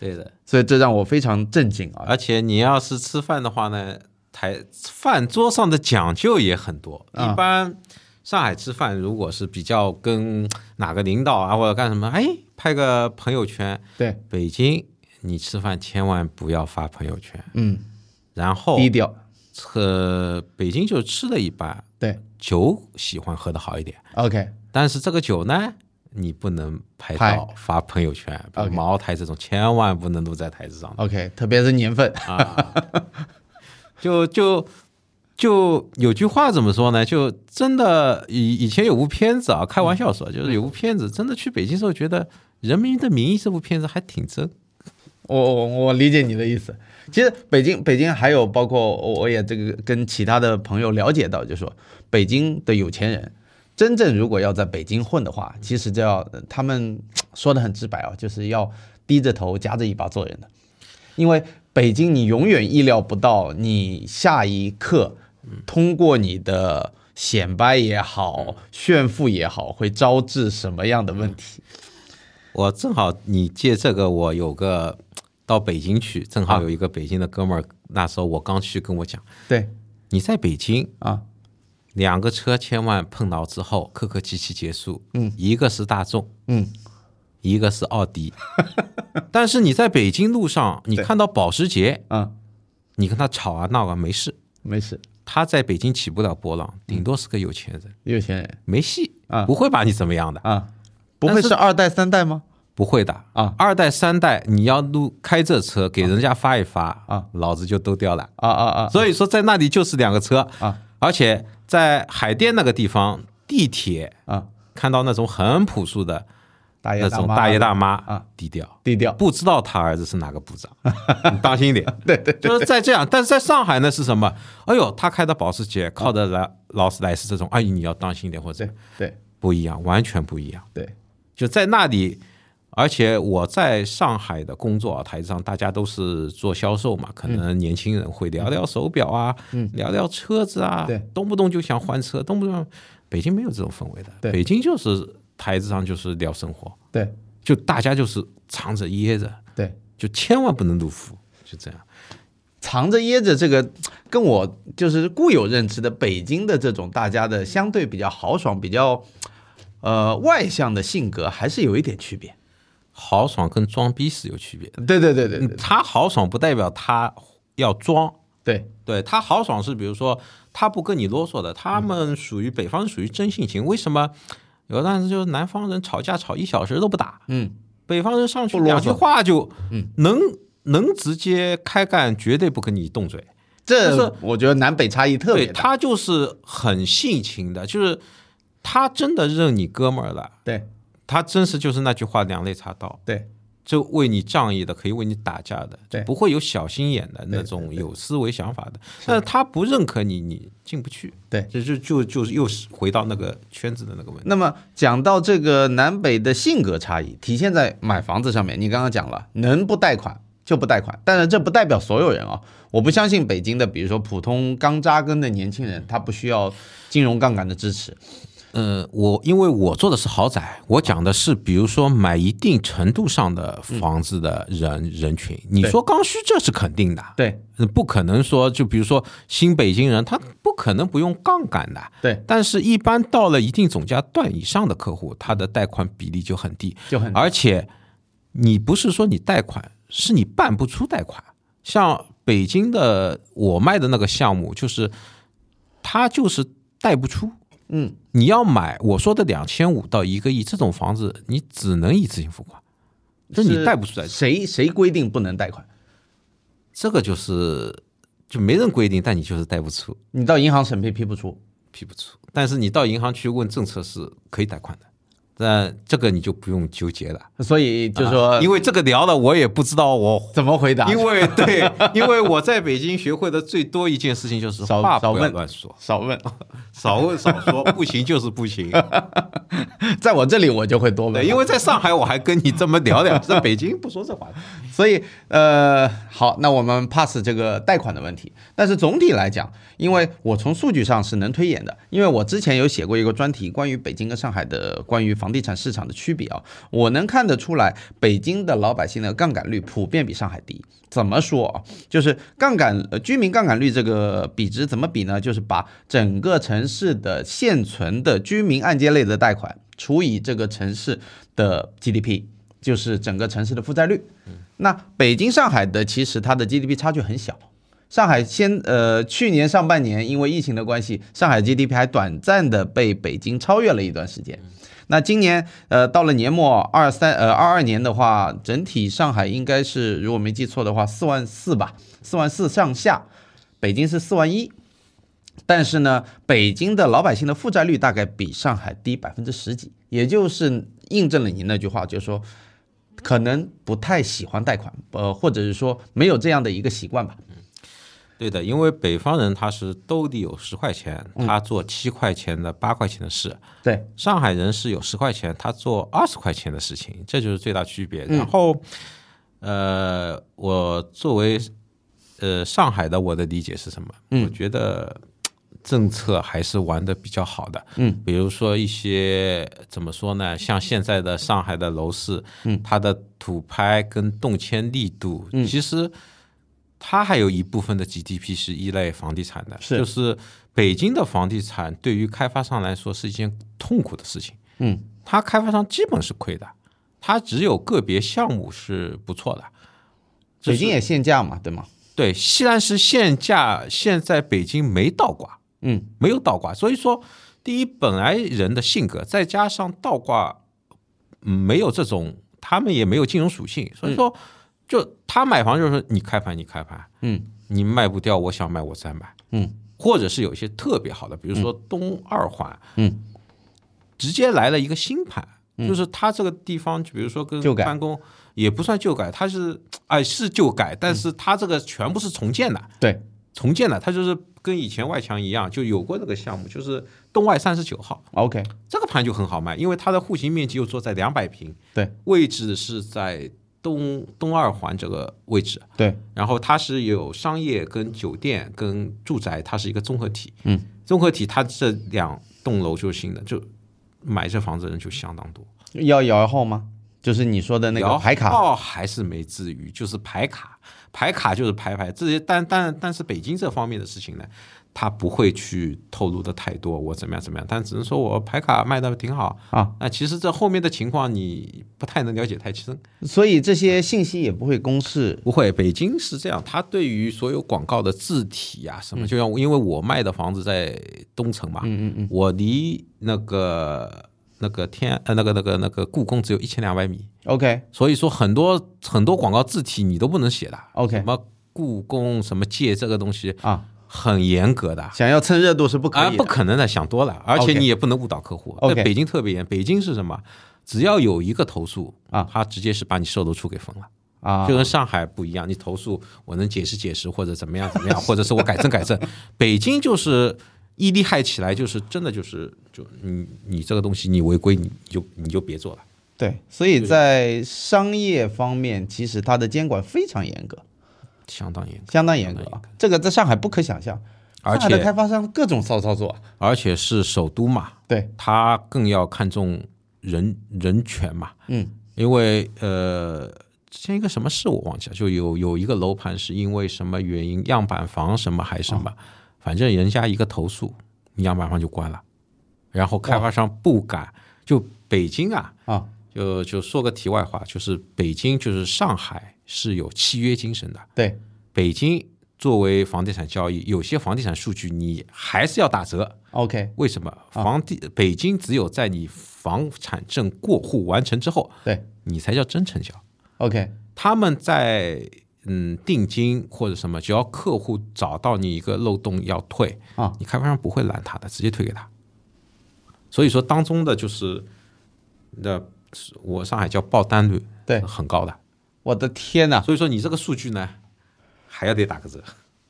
[SPEAKER 2] 对的。
[SPEAKER 1] 所以这让我非常震惊啊！
[SPEAKER 2] 而且你要是吃饭的话呢，台饭桌上的讲究也很多。
[SPEAKER 1] 啊
[SPEAKER 2] 一般上海吃饭，如果是比较跟哪个领导啊或者干什么，哎，拍个朋友圈。
[SPEAKER 1] 对，
[SPEAKER 2] 北京你吃饭千万不要发朋友圈，
[SPEAKER 1] 嗯，
[SPEAKER 2] 然后
[SPEAKER 1] 低调，
[SPEAKER 2] 呃，北京就吃的一般，
[SPEAKER 1] 对
[SPEAKER 2] 酒喜欢喝的好一点，
[SPEAKER 1] ，OK，
[SPEAKER 2] 但是这个酒呢。你不能拍
[SPEAKER 1] 拍
[SPEAKER 2] 照发朋友圈，比如
[SPEAKER 1] OK
[SPEAKER 2] 茅台这种千万不能露在台子上的。
[SPEAKER 1] OK，特别是年份，
[SPEAKER 2] 啊，就就就有句话怎么说呢？就真的以以前有部片子啊，开玩笑说，就是有部片子真的去北京时候觉得《人民的名义》这部片子还挺真。
[SPEAKER 1] 我我我理解你的意思。其实北京北京还有包括我我也这个跟其他的朋友了解到，就说北京的有钱人，真正如果要在北京混的话，其实就要呃他们说的很直白啊，就是要低着头夹着尾巴做人的，因为北京你永远意料不到你下一刻通过你的。显摆也好，炫富也好，会招致什么样的问题？
[SPEAKER 2] 我正好你借这个，我有个到北京去，正好有一个北京的哥们儿，那时候我刚去跟我讲，
[SPEAKER 1] 对
[SPEAKER 2] 你在北京
[SPEAKER 1] 啊，
[SPEAKER 2] 两个车千万碰到之后客客气气结束，
[SPEAKER 1] 嗯，
[SPEAKER 2] 一个是大众，
[SPEAKER 1] 嗯，
[SPEAKER 2] 一个是 奥迪，但是你在北京路上，你
[SPEAKER 1] 对
[SPEAKER 2] 看到保时捷，
[SPEAKER 1] 啊，
[SPEAKER 2] 你跟他吵啊闹啊没事，
[SPEAKER 1] 没事，
[SPEAKER 2] 他在北京起不了波浪，顶多是个有钱人，
[SPEAKER 1] 有钱人
[SPEAKER 2] 没戏
[SPEAKER 1] 嗯啊
[SPEAKER 2] 不会把你怎么样的，
[SPEAKER 1] 啊，不会是二代三代吗？
[SPEAKER 2] 不会的
[SPEAKER 1] 啊。
[SPEAKER 2] 二代三代你要路开这车给人家发一发
[SPEAKER 1] 啊，
[SPEAKER 2] 老子就都掉了。
[SPEAKER 1] 啊啊啊！
[SPEAKER 2] 所以说在那里就是两个车
[SPEAKER 1] 啊，
[SPEAKER 2] 而且在海淀那个地方地铁
[SPEAKER 1] 啊，
[SPEAKER 2] 看到那种很朴素的
[SPEAKER 1] 大爷
[SPEAKER 2] 那
[SPEAKER 1] 大
[SPEAKER 2] 种
[SPEAKER 1] 妈
[SPEAKER 2] 大爷大妈
[SPEAKER 1] 啊，
[SPEAKER 2] 低调。
[SPEAKER 1] 低调，
[SPEAKER 2] 不知道他儿子是哪个部 长，你当心一点。
[SPEAKER 1] 对对
[SPEAKER 2] 就是在这样，但是在上海呢是什么？哎呦，他开的保时捷，靠的来劳斯莱斯这种，哎，你要当心一点，或者
[SPEAKER 1] 对对
[SPEAKER 2] 不一样，完全不一样。
[SPEAKER 1] 对，
[SPEAKER 2] 就在那里，而且我在上海的工作啊，台上大家都是做销售嘛，可能年轻人会聊聊手表啊，聊聊车子
[SPEAKER 1] 嗯
[SPEAKER 2] 啊，
[SPEAKER 1] 对
[SPEAKER 2] 动不动就想换车，动不动北京没有这种氛围的，
[SPEAKER 1] 对
[SPEAKER 2] 北京就是台子上就是聊生活，
[SPEAKER 1] 对
[SPEAKER 2] 就大家就是藏着掖着，
[SPEAKER 1] 对，
[SPEAKER 2] 就千万不能入伏，就这样。
[SPEAKER 1] 藏着掖着这个，跟我就是固有认知的北京的这种大家的相对比较豪爽、比较呃外向的性格，还是有一点区别。
[SPEAKER 2] 豪爽跟装逼是有区别的。
[SPEAKER 1] 对对对对对
[SPEAKER 2] 嗯他豪爽不代表他要装，
[SPEAKER 1] 对
[SPEAKER 2] 对他豪爽是比如说他不跟你啰嗦的，
[SPEAKER 1] 嗯
[SPEAKER 2] 他们属于北方属于真性情。为什么有的人就是南方人吵架吵一小时都不打，
[SPEAKER 1] 嗯，
[SPEAKER 2] 北方人上去
[SPEAKER 1] 不啰嗦
[SPEAKER 2] 两句话就
[SPEAKER 1] 嗯
[SPEAKER 2] 能能直接开干，绝对不跟你动嘴。
[SPEAKER 1] 这
[SPEAKER 2] 就是
[SPEAKER 1] 我觉得南北差异特
[SPEAKER 2] 对
[SPEAKER 1] 别大。
[SPEAKER 2] 他就是很性情的，就是他真的认你哥们儿了，
[SPEAKER 1] 对
[SPEAKER 2] 他真是就是那句话，两肋插刀。
[SPEAKER 1] 对，
[SPEAKER 2] 这为你仗义的，可以为你打架的，
[SPEAKER 1] 对
[SPEAKER 2] 不会有小心眼的那
[SPEAKER 1] 对
[SPEAKER 2] 种
[SPEAKER 1] 对
[SPEAKER 2] 有思维想法的。但是他不认可你，你进不去。
[SPEAKER 1] 对
[SPEAKER 2] 这就就就是又是回到那个圈子的那个问题。
[SPEAKER 1] 那么讲到这个南北的性格差异，体现在买房子上面。你刚刚讲了，能不贷款就不贷款，但是这不代表所有人啊、我不相信北京的，比如说普通刚扎根的年轻人，他不需要金融杠杆的支持。
[SPEAKER 2] 嗯，我因为我做的是豪宅，我讲的是比如说买一定程度上的房子的人、人群。你
[SPEAKER 1] 对
[SPEAKER 2] 说刚需，这是肯定的。
[SPEAKER 1] 对
[SPEAKER 2] 嗯不可能说，就比如说新北京人，他不可能不用杠杆的。
[SPEAKER 1] 对，
[SPEAKER 2] 但是，一般到了一定总价段以上的客户，他的贷款比例就很低，
[SPEAKER 1] 就很
[SPEAKER 2] 而且你不是说你贷款，是你办不出贷款。像北京的我卖的那个项目，就是他就是贷不出。
[SPEAKER 1] 嗯，
[SPEAKER 2] 你要买我说的两千五到一个亿这种房子，你只能一次性付款，就是你贷不出来。
[SPEAKER 1] 谁谁规定不能贷款？
[SPEAKER 2] 这个就是就没人规定，但你就是贷不出，
[SPEAKER 1] 你到银行审批批不出。
[SPEAKER 2] 批不出。但是你到银行去问政策是可以贷款的，但这个你就不用纠结了。
[SPEAKER 1] 所以就说、
[SPEAKER 2] 啊因为这个聊了，我也不知道我，
[SPEAKER 1] 怎么回答？
[SPEAKER 2] 因为 对，因为我在北京学会的最多一件事情就是
[SPEAKER 1] 少
[SPEAKER 2] 话
[SPEAKER 1] 少
[SPEAKER 2] 不要
[SPEAKER 1] 问
[SPEAKER 2] 乱说，
[SPEAKER 1] 少问，
[SPEAKER 2] 少问少说， 不行就是不 行。
[SPEAKER 1] 在我这里我就会多问
[SPEAKER 2] 对，。因为在上海我还跟你这么聊 聊，在北京不说这话题。
[SPEAKER 1] 所以呃，好，那我们 pass 这个贷款的问题。但是总体来讲，因为我从数据上是能推演的，因为我之前有写过一个专题，关于北京跟上海的关于房地产市场的区别啊，我能看得出来，北京的老百姓的杠杆率普遍比上海低。怎么说啊？就是杠杆呃居民杠杆率这个比值怎么比呢？就是把整个城市的现存的居民按揭类的贷款除以这个城市的 GDP，就是整个城市的负债率。那北京、上海的其实它的 GDP 差距很小。上海先呃，去年上半年因为疫情的关系，上海 GDP 还短暂的被北京超越了一段时间。那今年呃，到了年末二三呃二二年的话，整体上海应该是如果没记错的话，四万四吧，四万四上下，北京是四万一。但是呢，北京的老百姓的负债率大概比上海低百分之十几，也就是印证了您那句话，就是说可能不太喜欢贷款，呃，或者是说没有这样的一个习惯吧。
[SPEAKER 2] 对的，因为北方人他是兜里有十块钱，他做七块钱的、八块钱的事；
[SPEAKER 1] 对，
[SPEAKER 2] 上海人是有十块钱，他做二十块钱的事情，这就是最大区别。然后，呃，我作为呃上海的，我的理解是什么？我觉得嘖政策还是玩的比较好的。
[SPEAKER 1] 嗯，
[SPEAKER 2] 比如说一些怎么说呢？像现在的上海的楼市，嗯，它的土拍跟动迁力度，嗯、其实。它还有一部分的 GDP 是依赖房地产的，
[SPEAKER 1] 是
[SPEAKER 2] 就是北京的房地产对于开发商来说是一件痛苦的事情，
[SPEAKER 1] 嗯，
[SPEAKER 2] 它开发商基本是亏的，它只有个别项目是不错的。
[SPEAKER 1] 北京也限价嘛，对吗？
[SPEAKER 2] 对，西兰是限价，现在北京没倒挂，
[SPEAKER 1] 嗯，
[SPEAKER 2] 没有倒挂，所以说第一本来人的性格，再加上倒挂，嗯没有这种，他们也没有金融属性，所以说就他买房就是说你开盘你开盘，
[SPEAKER 1] 嗯，
[SPEAKER 2] 你卖不掉，我想买我再买，
[SPEAKER 1] 嗯，
[SPEAKER 2] 或者是有一些特别好的，比如说东二环，
[SPEAKER 1] 嗯，
[SPEAKER 2] 直接来了一个新盘，就是它这个地方，就比如说跟
[SPEAKER 1] 旧改
[SPEAKER 2] 办公也不算旧改，它是哎是旧改，但是它这个全部是重建的，
[SPEAKER 1] 对，
[SPEAKER 2] 重建的，它就是跟以前外墙一样，就有过这个项目，就是东外三十九号
[SPEAKER 1] OK，
[SPEAKER 2] 这个盘就很好卖，因为它的户型面积又做在两百平，
[SPEAKER 1] 对，
[SPEAKER 2] 位置是在东东二环这个位置，
[SPEAKER 1] 对，
[SPEAKER 2] 然后它是有商业跟酒店跟住宅，它是一个综合体。
[SPEAKER 1] 嗯，
[SPEAKER 2] 综合体它这两栋楼就是新的，就买这房子的人就相当多。
[SPEAKER 1] 要摇号吗？就是你说的那个
[SPEAKER 2] 摇
[SPEAKER 1] 牌卡，
[SPEAKER 2] 号还是没至于，就是排卡，排卡就是排排这些，但但但是北京这方面的事情呢，他不会去透露的太多，我怎么样怎么样，但只能说我排卡卖的挺好
[SPEAKER 1] 啊。
[SPEAKER 2] 那其实这后面的情况你不太能了解太深。
[SPEAKER 1] 所以这些信息也不会公示。
[SPEAKER 2] 不会，北京是这样，它对于所有广告的字体啊
[SPEAKER 1] 嗯
[SPEAKER 2] 什么，就像因为我卖的房子在东城嘛，嗯嗯嗯，我离那个那个天呃那个那个那个故宫只有一千两百米，
[SPEAKER 1] OK，
[SPEAKER 2] 所以说很多很多广告字体你都不能写的
[SPEAKER 1] OK
[SPEAKER 2] 什么故宫什么界这个东西
[SPEAKER 1] 啊，
[SPEAKER 2] 很严格的。
[SPEAKER 1] 想要蹭热度是不可以
[SPEAKER 2] 啊，
[SPEAKER 1] 的，
[SPEAKER 2] 不可能的，想多了，而且
[SPEAKER 1] OK
[SPEAKER 2] 你也不能误导客户。
[SPEAKER 1] OK
[SPEAKER 2] 在北京特别严，北京是什么？只要有一个投诉
[SPEAKER 1] 啊
[SPEAKER 2] 他直接是把你售楼处给封了，
[SPEAKER 1] 啊
[SPEAKER 2] 就跟上海不一样。你投诉我能解释解释，或者怎么样怎 么样，或者是我改正改正。北京就是一厉害起来，就是真的就是就你你这个东西你违规你就你就别做了。
[SPEAKER 1] 对，所以在商业方面，其实它的监管非常严格，
[SPEAKER 2] 相当严格，
[SPEAKER 1] 相当严格啊，这个在上海不可想象。
[SPEAKER 2] 而
[SPEAKER 1] 上海的开
[SPEAKER 2] 且
[SPEAKER 1] 发商各种骚操作，啊
[SPEAKER 2] 而且是首都嘛，
[SPEAKER 1] 对，
[SPEAKER 2] 他更要看重人人权嘛，
[SPEAKER 1] 嗯，
[SPEAKER 2] 因为呃，之前一个什么事我忘记了，就有有一个楼盘是因为什么原因，样板房什么还是什么，反正人家一个投诉，你样板房就关了，然后开发商不敢，就北京啊，
[SPEAKER 1] 啊，
[SPEAKER 2] 就就说个题外话，就是北京就是上海是有契约精神的，
[SPEAKER 1] 对，
[SPEAKER 2] 北京作为房地产交易，有些房地产数据你还是要打折。
[SPEAKER 1] OK，
[SPEAKER 2] 为什么？房地、北京只有在你房产证过户完成之后，
[SPEAKER 1] 对
[SPEAKER 2] 你才叫真成交。
[SPEAKER 1] ，OK，
[SPEAKER 2] 他们在嗯定金或者什么，只要客户找到你一个漏洞要退
[SPEAKER 1] 啊，
[SPEAKER 2] 你开发商不会拦他的，直接退给他。所以说当中的就是那我上海叫爆单率，
[SPEAKER 1] 对
[SPEAKER 2] 很高的。
[SPEAKER 1] 我的天呐，
[SPEAKER 2] 所以说你这个数据呢，还要得打个折。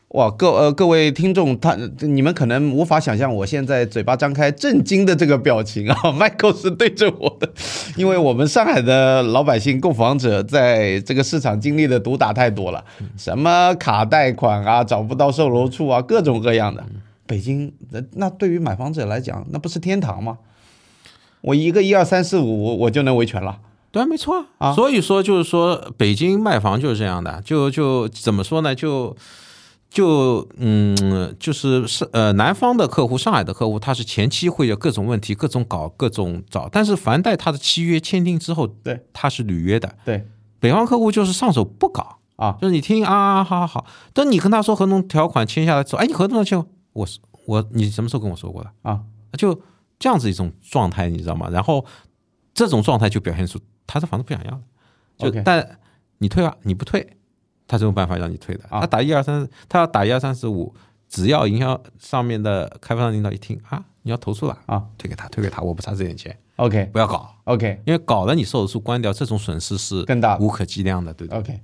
[SPEAKER 1] 哇，各呃各位听众，他你们可能无法想象我现在嘴巴张开震惊的这个表情啊 ，Michael 是对着我的，因为我们上海的老百姓购房者在这个市场经历的毒打太多了，什么卡贷款啊，找不到售楼处啊，各种各样的。北京那那对于买房者来讲，那不是天堂吗？我一个一二三四五，我就能维权了。
[SPEAKER 2] 对啊，没错啊。所以说，就是说，北京卖房就是这样的，就就怎么说呢？就就嗯，就是是呃，南方的客户、上海的客户，他是前期会有各种问题，各种搞，各种找。但是凡贷他的契约签订之后，
[SPEAKER 1] 对，
[SPEAKER 2] 他是履约的。
[SPEAKER 1] 对
[SPEAKER 2] 北方客户就是上手不搞
[SPEAKER 1] 啊，
[SPEAKER 2] 就是你听啊，好好好，等你跟他说合同条款签下来之后，哎，你合同上签过，我是我，你什么时候跟我说过的？
[SPEAKER 1] 啊，
[SPEAKER 2] 就这样子一种状态，你知道吗？然后这种状态就表现出他这房子不想要了，就
[SPEAKER 1] OK
[SPEAKER 2] 但你退啊，你不退，他是有办法让你退的。
[SPEAKER 1] 啊
[SPEAKER 2] 他打一二三，他要打一二三四五，只要营销上面的开发商领导一听啊，你要投诉了
[SPEAKER 1] 啊，
[SPEAKER 2] 退给他，退给他，我不差这点钱，
[SPEAKER 1] OK
[SPEAKER 2] 不要搞，
[SPEAKER 1] OK，
[SPEAKER 2] 因为搞了你售楼处关掉，这种损失是
[SPEAKER 1] 更大的
[SPEAKER 2] 无可计量的，对的。
[SPEAKER 1] OK，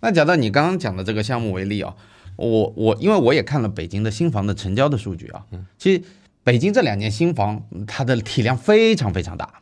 [SPEAKER 1] 那讲到你刚刚讲的这个项目为例啊、我我因为我也看了北京的新房的成交的数据啊，
[SPEAKER 2] 嗯
[SPEAKER 1] 其实北京这两年新房嗯它的体量非常非常大，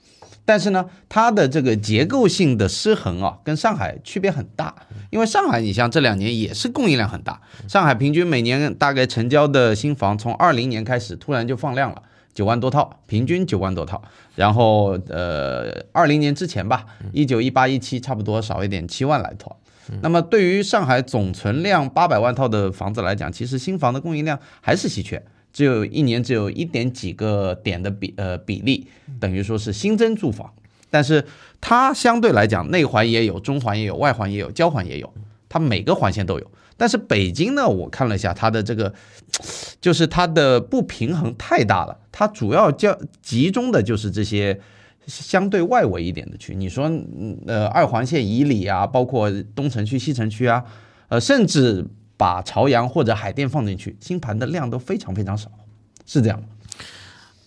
[SPEAKER 1] 但是呢，它的这个结构性的失衡啊，跟上海区别很大，因为上海你像这两年也是供应量很大，
[SPEAKER 2] 嗯
[SPEAKER 1] 上海平均每年大概成交的新房从二零年开始突然就放量了。九万多套，平均九万多套，然后呃，二零年之前吧，一九一八一七差不多少一点七万来套。那么对于上海总存量八百万套的房子来讲，其实新房的供应量还是稀缺，只有一年只有一点几个点的比呃比例，等于说是新增住房。但是它相对来讲，内环也有，中环也有，外环也有，交环也有，它每个环线都有。但是北京呢，我看了一下它的这个就是它的不平衡太大了，它主要叫集中的就是这些相对外围一点的区。你说，嗯呃，二环线以里啊，包括东城区、西城区啊，呃，甚至把朝阳或者海淀放进去，新盘的量都非常非常少，是这样吗？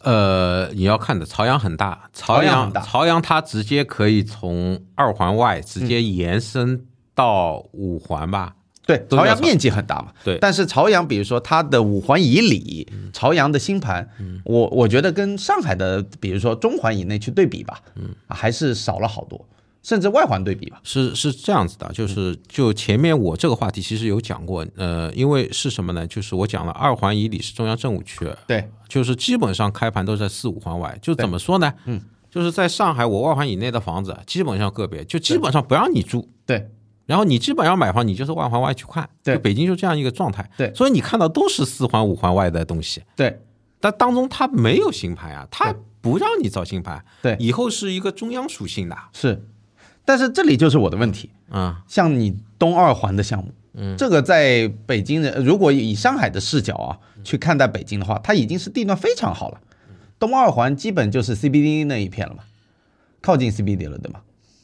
[SPEAKER 2] 呃，你要看的朝阳很大，
[SPEAKER 1] 朝
[SPEAKER 2] 朝
[SPEAKER 1] 阳
[SPEAKER 2] 阳
[SPEAKER 1] 很大
[SPEAKER 2] 朝阳它直接可以从二环外直接延伸到五环吧。
[SPEAKER 1] 对，
[SPEAKER 2] 都
[SPEAKER 1] 朝
[SPEAKER 2] 要
[SPEAKER 1] 阳
[SPEAKER 2] 少
[SPEAKER 1] 面积很大嘛。
[SPEAKER 2] 对嗯
[SPEAKER 1] 但是朝阳，比如说它的五环以里，朝阳的新盘，我我觉得跟上海的，比如说中环以内去对比吧，嗯，还是少了好多，甚至外环对比吧。
[SPEAKER 2] 是是这样子的，就是就前面我这个话题其实有讲过，呃，因为是什么呢？就是我讲了二环以里是中央政务区，
[SPEAKER 1] 对，
[SPEAKER 2] 就是基本上开盘都在四五环外。就怎么说呢？嗯，就是在上海我外环以内的房子，基本上个别就基本上不让你住，
[SPEAKER 1] 对，
[SPEAKER 2] 然后你基本上买房你就是外环外去看。
[SPEAKER 1] 对
[SPEAKER 2] 就北京就这样一个状态。
[SPEAKER 1] 对
[SPEAKER 2] 所以你看到都是四环五环外的东西，
[SPEAKER 1] 对
[SPEAKER 2] 但当中它没有新盘啊，它不让你造新盘，
[SPEAKER 1] 对
[SPEAKER 2] 以后是一个中央属性的，
[SPEAKER 1] 是，但是这里就是我的问题，
[SPEAKER 2] 嗯。
[SPEAKER 1] 像你东二环的项目，嗯，这个在北京人如果以上海的视角啊去看待北京的话，它已经是地段非常好了，东二环基本就是 CBD 那一片了嘛，靠近 CBD 了对吗？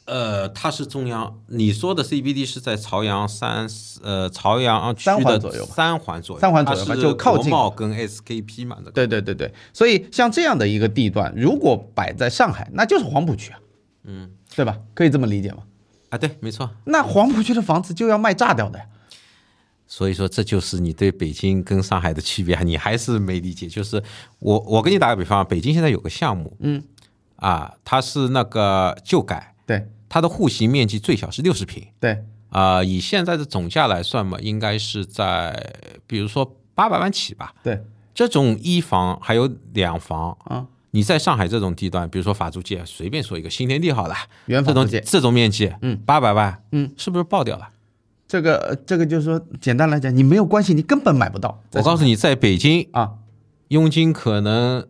[SPEAKER 2] 呃，它是中央，你说的 CBD 是在朝阳三四呃朝阳区
[SPEAKER 1] 三环
[SPEAKER 2] 的
[SPEAKER 1] 左右吧
[SPEAKER 2] 三环左右，
[SPEAKER 1] 三环左右吧
[SPEAKER 2] 它是
[SPEAKER 1] 就靠近
[SPEAKER 2] 国贸跟 SKP 嘛，这个
[SPEAKER 1] 对对对对，所以像这样的一个地段，如果摆在上海，那就是黄浦区啊，嗯，对吧？可以这么理解吗？
[SPEAKER 2] 啊，对，没错。
[SPEAKER 1] 那黄浦区的房子就要卖炸掉的呀。
[SPEAKER 2] 所以说，这就是你对北京跟上海的区别，你还是没理解。就是我，我给你打个比方，北京现在有个项目，嗯，啊，它是那个旧改，
[SPEAKER 1] 对
[SPEAKER 2] 它的户型面积最小是六十平，
[SPEAKER 1] 对，
[SPEAKER 2] 啊、以现在的总价来算嘛，应该是在比如说八百万起吧。
[SPEAKER 1] 对，
[SPEAKER 2] 这种一房还有两房，
[SPEAKER 1] 啊，
[SPEAKER 2] 你在上海这种地段，比如说法租界，随便说一个新天地好了，
[SPEAKER 1] 原
[SPEAKER 2] 这
[SPEAKER 1] 房
[SPEAKER 2] 种
[SPEAKER 1] 不见。
[SPEAKER 2] 这种面积，嗯，八百万，
[SPEAKER 1] 嗯，
[SPEAKER 2] 是不是爆掉了？
[SPEAKER 1] 这个呃这个就是说，简单来讲，你没有关系，你根本买不到。
[SPEAKER 2] 我告诉你，在北京
[SPEAKER 1] 啊
[SPEAKER 2] 佣金可能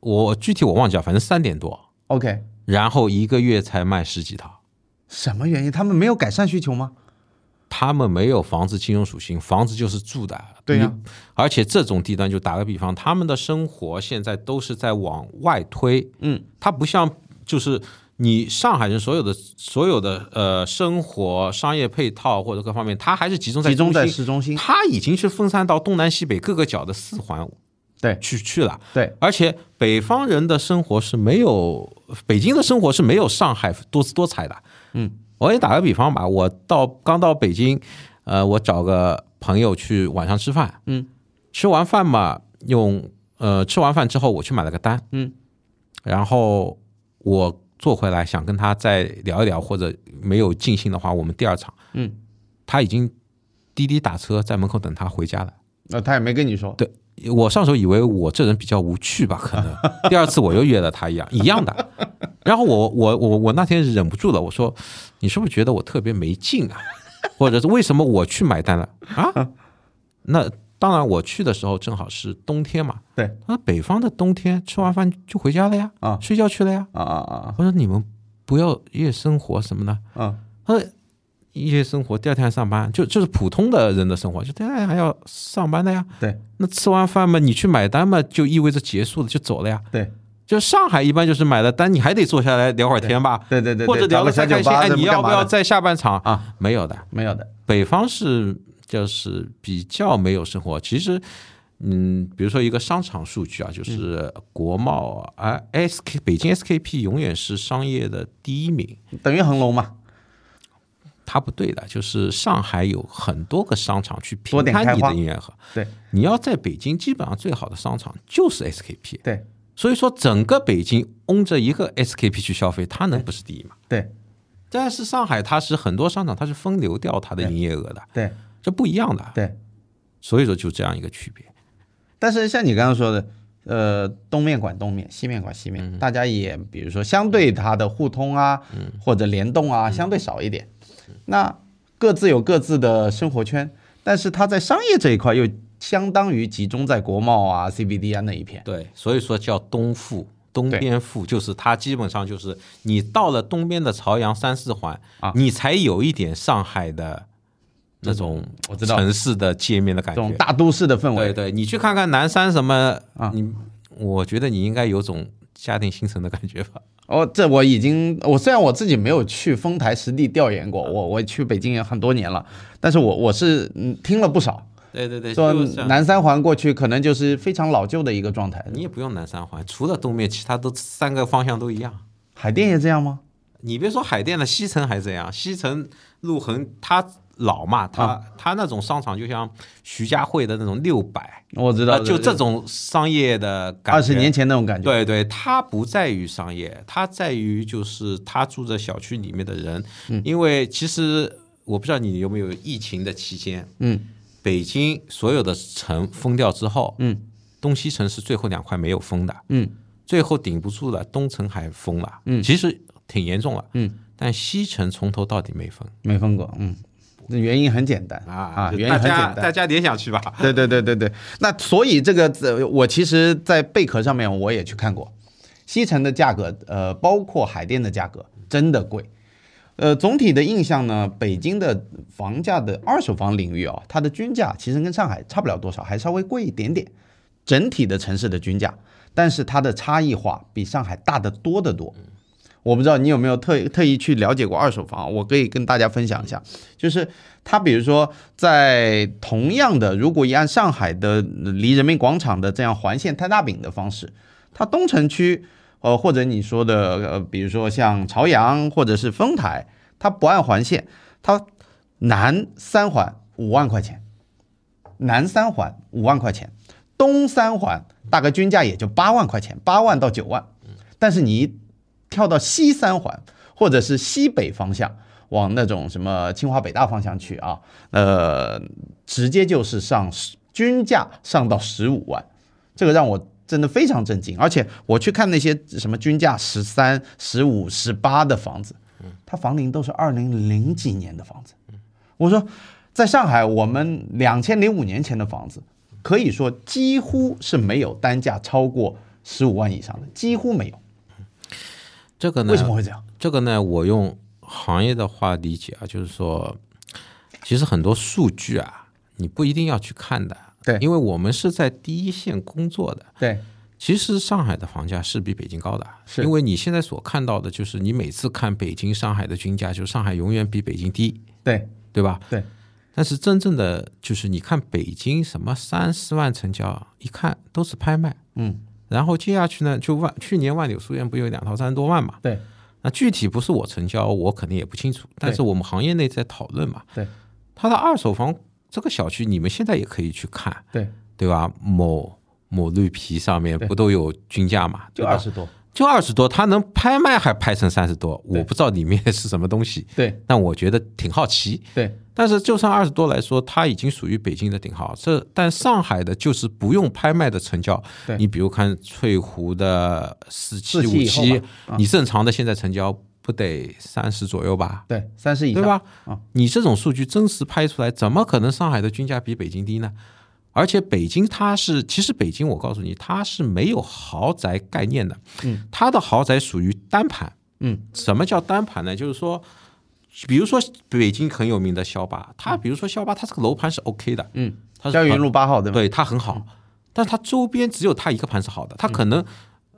[SPEAKER 2] 我具体我忘记了，反正三点多，
[SPEAKER 1] ，OK，
[SPEAKER 2] 然后一个月才卖十几套。
[SPEAKER 1] 什么原因？他们没有改善需求吗？
[SPEAKER 2] 他们没有房子金融属性，房子就是住的。
[SPEAKER 1] 对呀
[SPEAKER 2] 你而且这种地段，就打个比方，他们的生活现在都是在往外推，
[SPEAKER 1] 嗯，
[SPEAKER 2] 它不像就是你上海人所有的所有的呃生活、商业配套或者各方面，它还是集中在
[SPEAKER 1] 集中在
[SPEAKER 2] 中心
[SPEAKER 1] 市中心。
[SPEAKER 2] 它已经是分散到东南西北各个角的四环
[SPEAKER 1] 对
[SPEAKER 2] 去去了。
[SPEAKER 1] 对，
[SPEAKER 2] 而且北方人的生活是没有北京的生活是没有上海多姿多彩的。
[SPEAKER 1] 嗯，
[SPEAKER 2] 我给你打个比方吧，我到刚到北京，呃，我找个朋友去晚上吃饭，
[SPEAKER 1] 嗯，
[SPEAKER 2] 吃完饭嘛，用呃吃完饭之后我去买了个单，
[SPEAKER 1] 嗯，
[SPEAKER 2] 然后我坐回来想跟他再聊一聊，或者没有尽兴的话，我们第二场，
[SPEAKER 1] 嗯，
[SPEAKER 2] 他已经滴滴打车在门口等他回家了。
[SPEAKER 1] 那、哦他也没跟你说。
[SPEAKER 2] 对我上手以为我这人比较无趣吧，可 能第二次我又约了他一样一样的，然后我我我我那天忍不住了，我说你是不是觉得我特别没劲 啊？或者是为什么我去买单了啊？那当然，我去的时候正好是冬天嘛。
[SPEAKER 1] 对，
[SPEAKER 2] 他说北方的冬天吃完饭就回家了呀，
[SPEAKER 1] 啊
[SPEAKER 2] 睡觉去了呀。
[SPEAKER 1] 啊啊啊
[SPEAKER 2] 我说你们不要夜生活什么的，
[SPEAKER 1] 啊啊！
[SPEAKER 2] 他说夜生活第二天还上班，就就是普通的人的生活，就第二天还要上班的呀。
[SPEAKER 1] 对
[SPEAKER 2] 那吃完饭嘛，你去买单嘛，就意味着结束了，就走了呀。
[SPEAKER 1] 对
[SPEAKER 2] 就上海一般就是买了单，你还得坐下来聊会儿天吧，
[SPEAKER 1] 对对对，
[SPEAKER 2] 或者聊
[SPEAKER 1] 找
[SPEAKER 2] 得
[SPEAKER 1] 个小
[SPEAKER 2] 开
[SPEAKER 1] 酒
[SPEAKER 2] 开心。
[SPEAKER 1] 吧，
[SPEAKER 2] 哎，
[SPEAKER 1] 怎么
[SPEAKER 2] 你
[SPEAKER 1] 干
[SPEAKER 2] 要不
[SPEAKER 1] 嘛
[SPEAKER 2] 要
[SPEAKER 1] 的
[SPEAKER 2] 在下半场？
[SPEAKER 1] 啊？
[SPEAKER 2] 没有的，
[SPEAKER 1] 没有的，
[SPEAKER 2] 北方是就是比较没有生活。其实，嗯，比如说一个商场数据啊，
[SPEAKER 1] 嗯
[SPEAKER 2] 就是国贸啊，SK 北京 SKP 永远是商业的第一名。
[SPEAKER 1] 等于恒隆嘛，
[SPEAKER 2] 它不对的，就是上海有很多个商场去
[SPEAKER 1] 多
[SPEAKER 2] 平
[SPEAKER 1] 点
[SPEAKER 2] 摊
[SPEAKER 1] 开
[SPEAKER 2] 你
[SPEAKER 1] 花
[SPEAKER 2] 的营业额。
[SPEAKER 1] 对
[SPEAKER 2] 你要在北京，基本上最好的商场就是 SKP。
[SPEAKER 1] 对
[SPEAKER 2] 所以说，整个北京拥着一个 SKP 去消费，它能不是第一吗？
[SPEAKER 1] 对
[SPEAKER 2] 但是上海它是很多商场它是分流掉它的营业额的，
[SPEAKER 1] 对
[SPEAKER 2] 这不一样的。
[SPEAKER 1] 对。
[SPEAKER 2] 所以说就这样一个区别。
[SPEAKER 1] 但是像你刚刚说的，呃，东面管东面，西面管西
[SPEAKER 2] 嗯
[SPEAKER 1] 面，大家也比如说相对它的互通啊，或者联动
[SPEAKER 2] 嗯
[SPEAKER 1] 啊，相对少一点。那各自有各自的生活圈，但是它在商业这一块又相当于集中在国贸啊、CBD 啊那一片。
[SPEAKER 2] 对，所以说叫东富。东边富就是它，基本上就是你到了东边的朝阳三四环，
[SPEAKER 1] 啊嗯
[SPEAKER 2] 你才有一点上海的那种
[SPEAKER 1] 我知道
[SPEAKER 2] 城市的界面的感
[SPEAKER 1] 这
[SPEAKER 2] 觉
[SPEAKER 1] 种。大都市的氛
[SPEAKER 2] 对
[SPEAKER 1] 围，
[SPEAKER 2] 对，你去看看南山什么
[SPEAKER 1] 啊，
[SPEAKER 2] 你我觉得你应该有种家庭新城的感觉吧。
[SPEAKER 1] 哦，这我已经，我虽然我自己没有去丰台实地调研过，我我去北京也很多年了，但是我我是嗯听了不少，
[SPEAKER 2] 对对对，
[SPEAKER 1] 说
[SPEAKER 2] 就是这样
[SPEAKER 1] 南三环过去可能就是非常老旧的一个状态。
[SPEAKER 2] 你也不用南三环，除了东面，其他都三个方向都一样。
[SPEAKER 1] 海淀也这样吗？
[SPEAKER 2] 你别说海淀了，西城还这样。西城路横它老嘛，它、
[SPEAKER 1] 嗯
[SPEAKER 2] 它那种商场就像徐家汇的那种六百、
[SPEAKER 1] 我知道，
[SPEAKER 2] 呃，就这种商业的感觉。
[SPEAKER 1] 啊二十年前那种感觉。
[SPEAKER 2] 对对，它不在于商业，它在于就是他住在小区里面的人，
[SPEAKER 1] 嗯
[SPEAKER 2] 因为其实我不知道你有没有疫情的期间，
[SPEAKER 1] 嗯，
[SPEAKER 2] 北京所有的城封掉之后，
[SPEAKER 1] 嗯，
[SPEAKER 2] 东西城是最后两块没有封的，
[SPEAKER 1] 嗯，
[SPEAKER 2] 最后顶不住了，东城还封了，
[SPEAKER 1] 嗯
[SPEAKER 2] 其实挺严重了，
[SPEAKER 1] 嗯，
[SPEAKER 2] 但西城从头到底没封
[SPEAKER 1] 没分过，嗯，那原因很简单
[SPEAKER 2] 啊就
[SPEAKER 1] 啊原因
[SPEAKER 2] 大
[SPEAKER 1] 很简
[SPEAKER 2] 家大
[SPEAKER 1] 单。
[SPEAKER 2] 家联想去吧，
[SPEAKER 1] 对对对对对，那所以这个呃我其实，在贝壳上面我也去看过，西城的价格，呃，包括海淀的价格，真的贵。呃，总体的印象呢，北京的房价的二手房领域啊、它的均价其实跟上海差不了多少，还稍微贵一点点，整体的城市的均价，但是它的差异化比上海大得多得多。我不知道你有没有特特意去了解过二手房，我可以跟大家分享一下，就是它比如说在同样的，如果一按上海的呃离人民广场的这样环线摊大饼的方式，它东城区，呃，或者你说的呃，比如说像朝阳或者是丰台，它不按环线，它南三环五万块钱，南三环五万块钱，东三环大概均价也就八万块钱，八万到九万，但是你一跳到西三环或者是西北方向，往那种什么清华北大方向去啊，呃，直接就是上十均价上到十五万，这个让我真的非常震惊。而且我去看那些什么均价十三、十五、十八的房子，它房龄都是二零零几年的房子。我说，在上海，我们两千零五年前的房子，可以说几乎是没有单价超过十五万以上的，几乎没有。
[SPEAKER 2] 这个呢
[SPEAKER 1] 为什，么会这样？
[SPEAKER 2] 这个呢，我用行业的话理解啊，就是说，其实很多数据啊，你不一定要去看的，
[SPEAKER 1] 对
[SPEAKER 2] 因为我们是在第一线工作的。
[SPEAKER 1] 对，
[SPEAKER 2] 其实上海的房价是比北京高的，
[SPEAKER 1] 是
[SPEAKER 2] 因为你现在所看到的就是你每次看北京、上海的均价，就上海永远比北京低，
[SPEAKER 1] 对，
[SPEAKER 2] 对吧？
[SPEAKER 1] 对。
[SPEAKER 2] 但是真正的就是你看北京什么三四万成交，一看都是拍卖，
[SPEAKER 1] 嗯，
[SPEAKER 2] 然后接下去呢，就万去年万柳书院不有两套三十多万嘛？
[SPEAKER 1] 对，
[SPEAKER 2] 那具体不是我成交，我肯定也不清楚，但是我们行业内在讨论嘛。
[SPEAKER 1] 对，
[SPEAKER 2] 它的二手房这个小区，你们现在也可以去看，
[SPEAKER 1] 对，
[SPEAKER 2] 对吧？某某绿皮上面
[SPEAKER 1] 对
[SPEAKER 2] 不都有均价嘛？
[SPEAKER 1] 就
[SPEAKER 2] 对吧
[SPEAKER 1] 二十多。
[SPEAKER 2] 就二十多，它能拍卖还拍成三十多，
[SPEAKER 1] 对
[SPEAKER 2] 我不知道里面是什么东西，
[SPEAKER 1] 对
[SPEAKER 2] 但我觉得挺好奇。
[SPEAKER 1] 对
[SPEAKER 2] 但是就算二十多来说，它已经属于北京的顶好。这但上海的就是不用拍卖的成交
[SPEAKER 1] 对，
[SPEAKER 2] 你比如看翠湖的四
[SPEAKER 1] 四
[SPEAKER 2] 期
[SPEAKER 1] 期
[SPEAKER 2] 五
[SPEAKER 1] 以后
[SPEAKER 2] 期
[SPEAKER 1] 吧啊，
[SPEAKER 2] 你正常的现在成交不得三十左右吧？
[SPEAKER 1] 对，三十以上
[SPEAKER 2] 对？吧
[SPEAKER 1] 啊？
[SPEAKER 2] 你这种数据真实拍出来，怎么可能上海的均价比北京低呢？而且北京它是，其实北京我告诉你，它是没有豪宅概念的，
[SPEAKER 1] 嗯，
[SPEAKER 2] 它的豪宅属于单盘，
[SPEAKER 1] 嗯，
[SPEAKER 2] 什么叫单盘呢？就是说，比如说北京很有名的肖八，它比如说肖八，它这个楼盘是 OK 的，
[SPEAKER 1] 嗯，
[SPEAKER 2] 它是
[SPEAKER 1] 霄云
[SPEAKER 2] 很
[SPEAKER 1] 路八号对吧？
[SPEAKER 2] 对它很好，
[SPEAKER 1] 嗯
[SPEAKER 2] 但它周边只有它一个盘是好的，它可能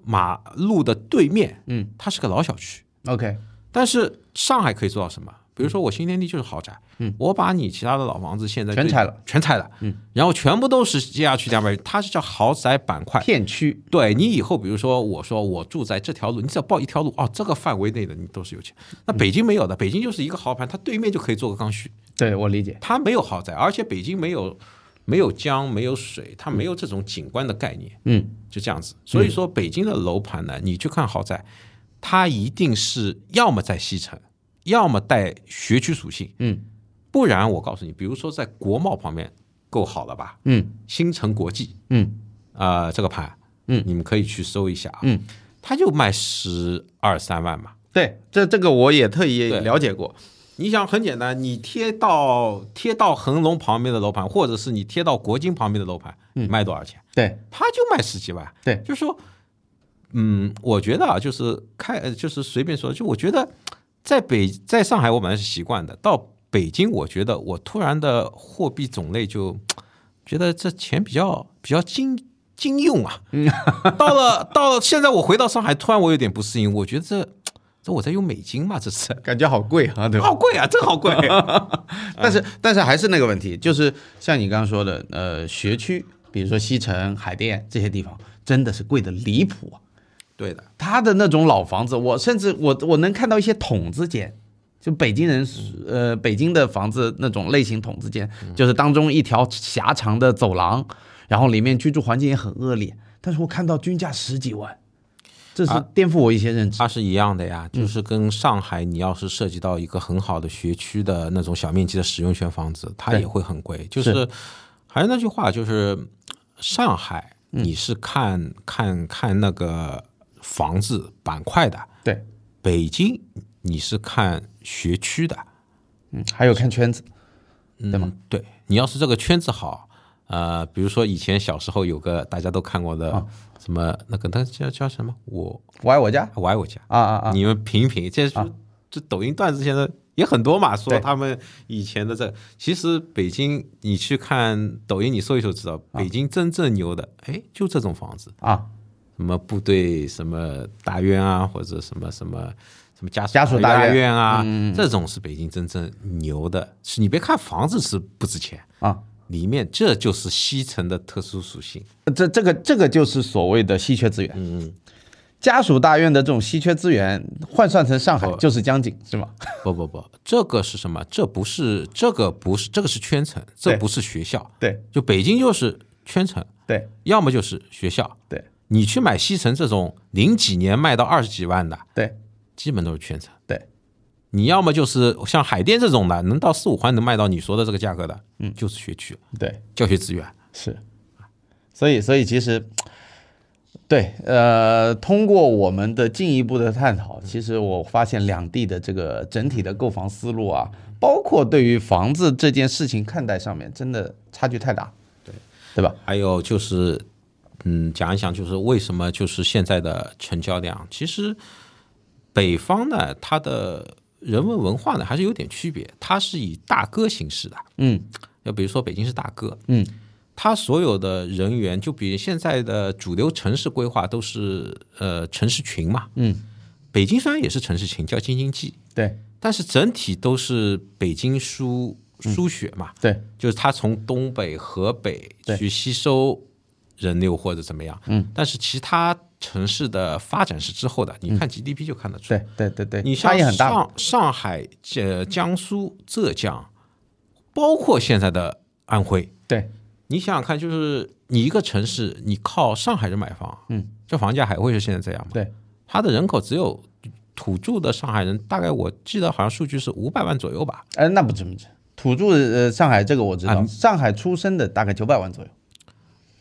[SPEAKER 2] 马路的对面，
[SPEAKER 1] 嗯，
[SPEAKER 2] 它是个老小区，
[SPEAKER 1] ，OK，
[SPEAKER 2] 但是上海可以做到什么？比如说我新天地就是豪宅，
[SPEAKER 1] 嗯，
[SPEAKER 2] 我把你其他的老房子现在
[SPEAKER 1] 全
[SPEAKER 2] 最
[SPEAKER 1] 拆了，
[SPEAKER 2] 全拆了，
[SPEAKER 1] 嗯，
[SPEAKER 2] 然后全部都是接下去两百，它是叫豪宅板块。
[SPEAKER 1] 片区
[SPEAKER 2] 对你以后，比如说我说我住在这条路，你只要报一条路哦，这个范围内的你都是有钱。那
[SPEAKER 1] 嗯
[SPEAKER 2] 北京没有的，北京就是一个豪盘，它对面就可以做个刚需，
[SPEAKER 1] 对我理解。
[SPEAKER 2] 它没有豪宅，而且北京没有没有江，没有水，它没有这种景观的概念。
[SPEAKER 1] 嗯，
[SPEAKER 2] 就这样子。所以说，北京的楼盘呢，你去看豪宅，它一定是要么在西城，要么带学区属性。
[SPEAKER 1] 嗯，
[SPEAKER 2] 不然我告诉你，比如说在国贸旁边够好了吧？
[SPEAKER 1] 嗯
[SPEAKER 2] 新城国际，
[SPEAKER 1] 嗯
[SPEAKER 2] 啊，这个盘，
[SPEAKER 1] 嗯
[SPEAKER 2] 你们可以去搜一下啊。
[SPEAKER 1] 嗯，
[SPEAKER 2] 它就卖十二三万嘛。
[SPEAKER 1] 对，这这个我也特意
[SPEAKER 2] 对
[SPEAKER 1] 了解过。
[SPEAKER 2] 你想很简单，你贴到贴到恒隆旁边的楼盘，或者是你贴到国金旁边的楼盘，你卖多少钱？
[SPEAKER 1] 对
[SPEAKER 2] 他就卖十几万。
[SPEAKER 1] 嗯对
[SPEAKER 2] 就是说，嗯，我觉得啊，就是开，呃就是随便说，就我觉得在北在上海我本来是习惯的，到北京我觉得我突然的货币种类就觉得这钱比较比较经经用啊。
[SPEAKER 1] 嗯
[SPEAKER 2] 到了到了现在我回到上海，突然我有点不适应，我觉得这这我在用美金嘛，这是。
[SPEAKER 1] 感觉好贵啊，对吧？
[SPEAKER 2] 好贵啊，真 好贵！嗯
[SPEAKER 1] 但是但是还是那个问题，就是像你刚刚说的，呃，学区，比如说西城、海淀这些地方，真的是贵的离谱啊。
[SPEAKER 2] 对的，
[SPEAKER 1] 他的那种老房子，我甚至我我能看到一些筒子间，就北京人呃北京的房子那种类型筒子间，就是当中一条狭长的走廊，然后里面居住环境也很恶劣，但是我看到均价十几万，这是颠覆我一些认知。
[SPEAKER 2] 它是一样的呀，就是跟上海，你要是涉及到一个很好的学区的那种小面积的使用权房子，它
[SPEAKER 1] 对
[SPEAKER 2] 也会很贵。就是是还是那句话，就是上海你是看、看看那个房子板块的，
[SPEAKER 1] 对，
[SPEAKER 2] 北京你是看学区的，
[SPEAKER 1] 嗯，还有看圈子，对吗
[SPEAKER 2] 嗯，对你要是这个圈子好，呃，比如说以前小时候有个大家都看过的什么那个，那叫叫什么？我
[SPEAKER 1] 我爱我家
[SPEAKER 2] 我爱我家。
[SPEAKER 1] 啊啊啊，
[SPEAKER 2] 你们评一评，这是这抖音段子现在也很多嘛，说
[SPEAKER 1] 对
[SPEAKER 2] 他们以前的这，其实北京你去看抖音，你搜一搜知道，北京真正牛的，哎，就这种房子，
[SPEAKER 1] 啊，
[SPEAKER 2] 什么部队什么大院啊，或者什么什么什么家
[SPEAKER 1] 家属大
[SPEAKER 2] 大
[SPEAKER 1] 院
[SPEAKER 2] 院啊，
[SPEAKER 1] 嗯
[SPEAKER 2] 这种是北京真正牛的。是你别看房子是不值钱，
[SPEAKER 1] 啊。
[SPEAKER 2] 里面这就是西城的特殊属性。
[SPEAKER 1] 这这个这个就是所谓的稀缺资源。嗯，家属大院的这种稀缺资源换算成上海就是江景，是吗？
[SPEAKER 2] 不不不，这个是什么？这不是这个不是这个是圈层，
[SPEAKER 1] 对
[SPEAKER 2] 这不是学校。
[SPEAKER 1] 对
[SPEAKER 2] 就北京就是圈层，
[SPEAKER 1] 对
[SPEAKER 2] 要么就是学校。
[SPEAKER 1] 对
[SPEAKER 2] 你去买西城这种零几年卖到二十几万的，
[SPEAKER 1] 对
[SPEAKER 2] 基本都是圈层。
[SPEAKER 1] 对，
[SPEAKER 2] 你要么就是像海淀这种的，能到四五环能卖到你说的这个价格的，嗯，就是学区
[SPEAKER 1] 对，
[SPEAKER 2] 教学资源。
[SPEAKER 1] 是。所以所以其实，对，呃，通过我们的进一步的探讨，其实我发现两地的这个整体的购房思路啊，包括对于房子这件事情看待上面，真的差距太大。对对吧？
[SPEAKER 2] 还有就是，嗯，讲一讲就是为什么就是现在的成交量，其实北方呢，它的人文文化呢还是有点区别，它是以大哥形式的。
[SPEAKER 1] 嗯，
[SPEAKER 2] 要比如说北京是大哥，
[SPEAKER 1] 嗯，
[SPEAKER 2] 它所有的人员就比现在的主流城市规划都是呃城市群嘛，
[SPEAKER 1] 嗯，
[SPEAKER 2] 北京虽然也是城市群，叫京津冀，
[SPEAKER 1] 对
[SPEAKER 2] 但是整体都是北京输
[SPEAKER 1] 嗯
[SPEAKER 2] 输血嘛，
[SPEAKER 1] 对
[SPEAKER 2] 就是它从东北、河北
[SPEAKER 1] 对
[SPEAKER 2] 去吸收人流或者怎么样，嗯，但是其他城市的发展是滞后的，你看 GDP 就看得出来。
[SPEAKER 1] 嗯对对对对，
[SPEAKER 2] 你
[SPEAKER 1] 差
[SPEAKER 2] 像
[SPEAKER 1] 异很大。
[SPEAKER 2] 上上海、呃江苏、浙江，包括现在的安徽，
[SPEAKER 1] 对
[SPEAKER 2] 你想想看，就是你一个城市，你靠上海人买房，
[SPEAKER 1] 嗯，
[SPEAKER 2] 这房价还会是现在这样吗？
[SPEAKER 1] 对，
[SPEAKER 2] 它的人口只有土著的上海人，大概我记得好像数据是五百万左右吧，
[SPEAKER 1] 哎，那不止不止，土著呃，上海这个我知道，
[SPEAKER 2] 啊
[SPEAKER 1] 上海出生的大概九百万左右。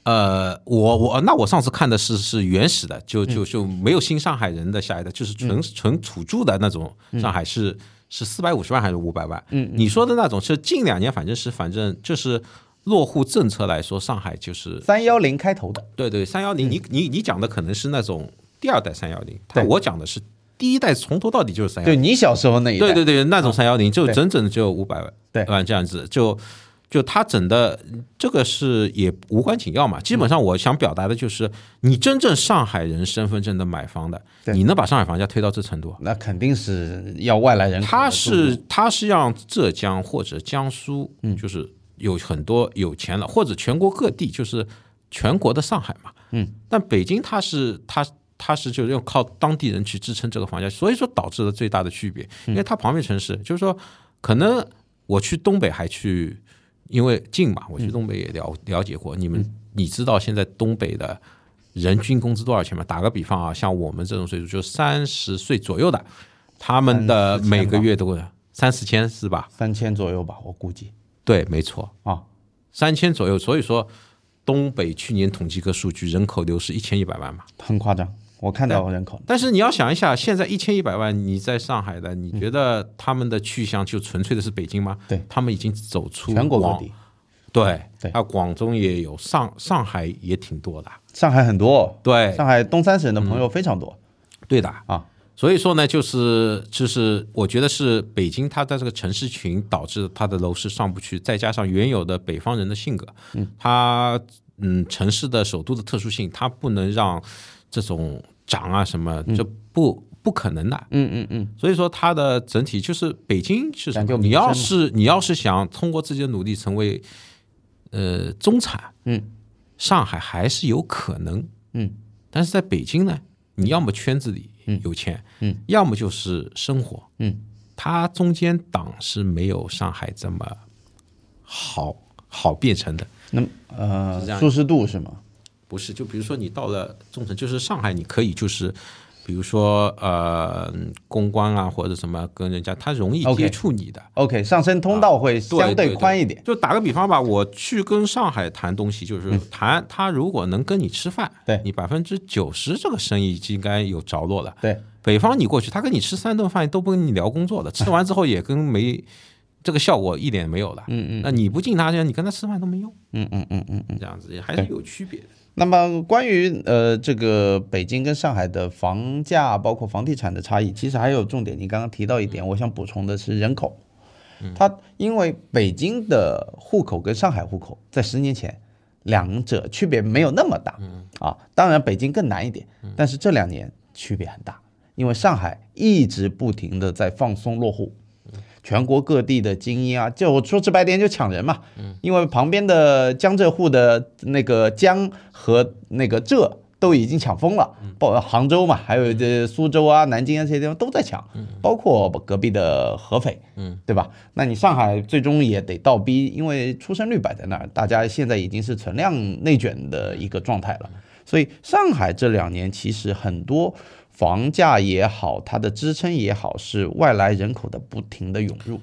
[SPEAKER 2] 呃，我我那我上次看的是是原始的，就就就没有新上海人的下一代，就是纯、纯土著的那种上海是、是四百五十万还是五百万？嗯，你说的那种是近两年反正是反正就是落户政策来说，上海就是
[SPEAKER 1] 三幺零开头的，
[SPEAKER 2] 对对三幺零，你你你讲的可能是那种第二代三幺零，
[SPEAKER 1] 对
[SPEAKER 2] 但我讲的是第一代从头到底就是三幺
[SPEAKER 1] 就
[SPEAKER 2] 零，
[SPEAKER 1] 你小时候那一代。嗯
[SPEAKER 2] 对对对，那种三幺零就
[SPEAKER 1] 对
[SPEAKER 2] 整整就五百万。
[SPEAKER 1] 对
[SPEAKER 2] 嗯，这样子就就他整的这个是也无关紧要嘛。
[SPEAKER 1] 嗯
[SPEAKER 2] 基本上我想表达的就是，你真正上海人身份证的买房的，
[SPEAKER 1] 对
[SPEAKER 2] 你能把上海房价推到这程度啊，
[SPEAKER 1] 那肯定是要外来人口的注入。
[SPEAKER 2] 他是他是让浙江或者江苏，
[SPEAKER 1] 嗯
[SPEAKER 2] 就是有很多有钱了，或者全国各地，就是全国的上海嘛，嗯，但北京它是它它是就是用靠当地人去支撑这个房价，所以说导致了最大的区别，
[SPEAKER 1] 嗯
[SPEAKER 2] 因为它旁边城市就是说，可能我去东北还去，因为近嘛，我去
[SPEAKER 1] 嗯
[SPEAKER 2] 东北也了了解过，你们你知道现在东北的。人均工资多少钱吗？打个比方啊，像我们这种岁数，就三十岁左右的，他们的
[SPEAKER 1] 三四千
[SPEAKER 2] 每个
[SPEAKER 1] 吧
[SPEAKER 2] 月都三四千是吧？
[SPEAKER 1] 三千左右吧，我估计
[SPEAKER 2] 对，没错，
[SPEAKER 1] 啊，
[SPEAKER 2] 三千左右。所以说，东北去年统计个数据，人口流失一千一百万嘛。
[SPEAKER 1] 很夸张。我看到人口了，
[SPEAKER 2] 但是你要想一下，现在一千一百万，你在上海的，你觉得他们的去向就纯粹的是北京吗？
[SPEAKER 1] 对
[SPEAKER 2] 他们已经走出
[SPEAKER 1] 全国各
[SPEAKER 2] 广
[SPEAKER 1] 地，，
[SPEAKER 2] 对，
[SPEAKER 1] 对
[SPEAKER 2] 啊，广东也有，上上海也挺多的，
[SPEAKER 1] 上海很多，
[SPEAKER 2] 对，嗯
[SPEAKER 1] 上海东三省的朋友非常多
[SPEAKER 2] 对的，
[SPEAKER 1] 啊。
[SPEAKER 2] 所以说呢，就是就是，我觉得是北京它的这个城市群导致它的楼市上不去，再加上原有的北方人的性格，嗯，它嗯城市的首都的特殊性，它不能让这种涨啊什么，这不不可能的，
[SPEAKER 1] 嗯嗯嗯，
[SPEAKER 2] 所以说它的整体就是北京是什
[SPEAKER 1] 讲究
[SPEAKER 2] 么？
[SPEAKER 1] 民
[SPEAKER 2] 你
[SPEAKER 1] 生嘛
[SPEAKER 2] 要是你要是想通过自己的努力成为呃中产，
[SPEAKER 1] 嗯，
[SPEAKER 2] 上海还是有可能，
[SPEAKER 1] 嗯，
[SPEAKER 2] 但是在北京呢，你要么圈子里有钱，
[SPEAKER 1] 嗯，
[SPEAKER 2] 要么就是生活，
[SPEAKER 1] 嗯，
[SPEAKER 2] 它中间档是没有上海这么好好变成的。
[SPEAKER 1] 那
[SPEAKER 2] 是这
[SPEAKER 1] 呃，
[SPEAKER 2] 样
[SPEAKER 1] 舒适度是吗？
[SPEAKER 2] 不是，就比如说你到了中城，就是上海，你可以就是，比如说呃公关啊或者什么，跟人家他容易
[SPEAKER 1] OK
[SPEAKER 2] 接触你的。
[SPEAKER 1] OK，上升通道会
[SPEAKER 2] 啊对
[SPEAKER 1] 相对宽一点。
[SPEAKER 2] 就打个比方吧，我去跟上海谈东西，就是谈他如果能跟你吃饭，
[SPEAKER 1] 对
[SPEAKER 2] 你百分之九十这个生意就应该有着落了。
[SPEAKER 1] 对
[SPEAKER 2] 北方你过去，他跟你吃三顿饭都不跟你聊工作 的，吃完之后也跟没这个效果一点没有的。嗯嗯，那你不进他家，你跟他吃饭都没用。嗯嗯嗯嗯，这样子也还是有区别的。
[SPEAKER 1] 那么关于呃这个北京跟上海的房价，包括房地产的差异，其实还有重点。你刚刚提到一点，我想补充的是人口，它因为北京的户口跟上海户口在十年前两者区别没有那么大，嗯啊，当然北京更难一点，但是这两年区别很大，因为上海一直不停的在放松落户，全国各地的精英啊，就我说直白点就抢人嘛，因为旁边的江浙沪的那个江和那个浙都已经抢疯了，
[SPEAKER 2] 嗯
[SPEAKER 1] 包杭州嘛，还有这苏州啊、南京啊这些地方都在抢，
[SPEAKER 2] 嗯
[SPEAKER 1] 包括隔壁的合肥，嗯，对吧？那你上海最终也得倒逼，因为出生率摆在那儿，大家现在已经是存量内卷的一个状态
[SPEAKER 2] 嗯
[SPEAKER 1] 了，所以上海这两年其实很多。房价也好，它的支撑也好，是外来人口的不停的涌入。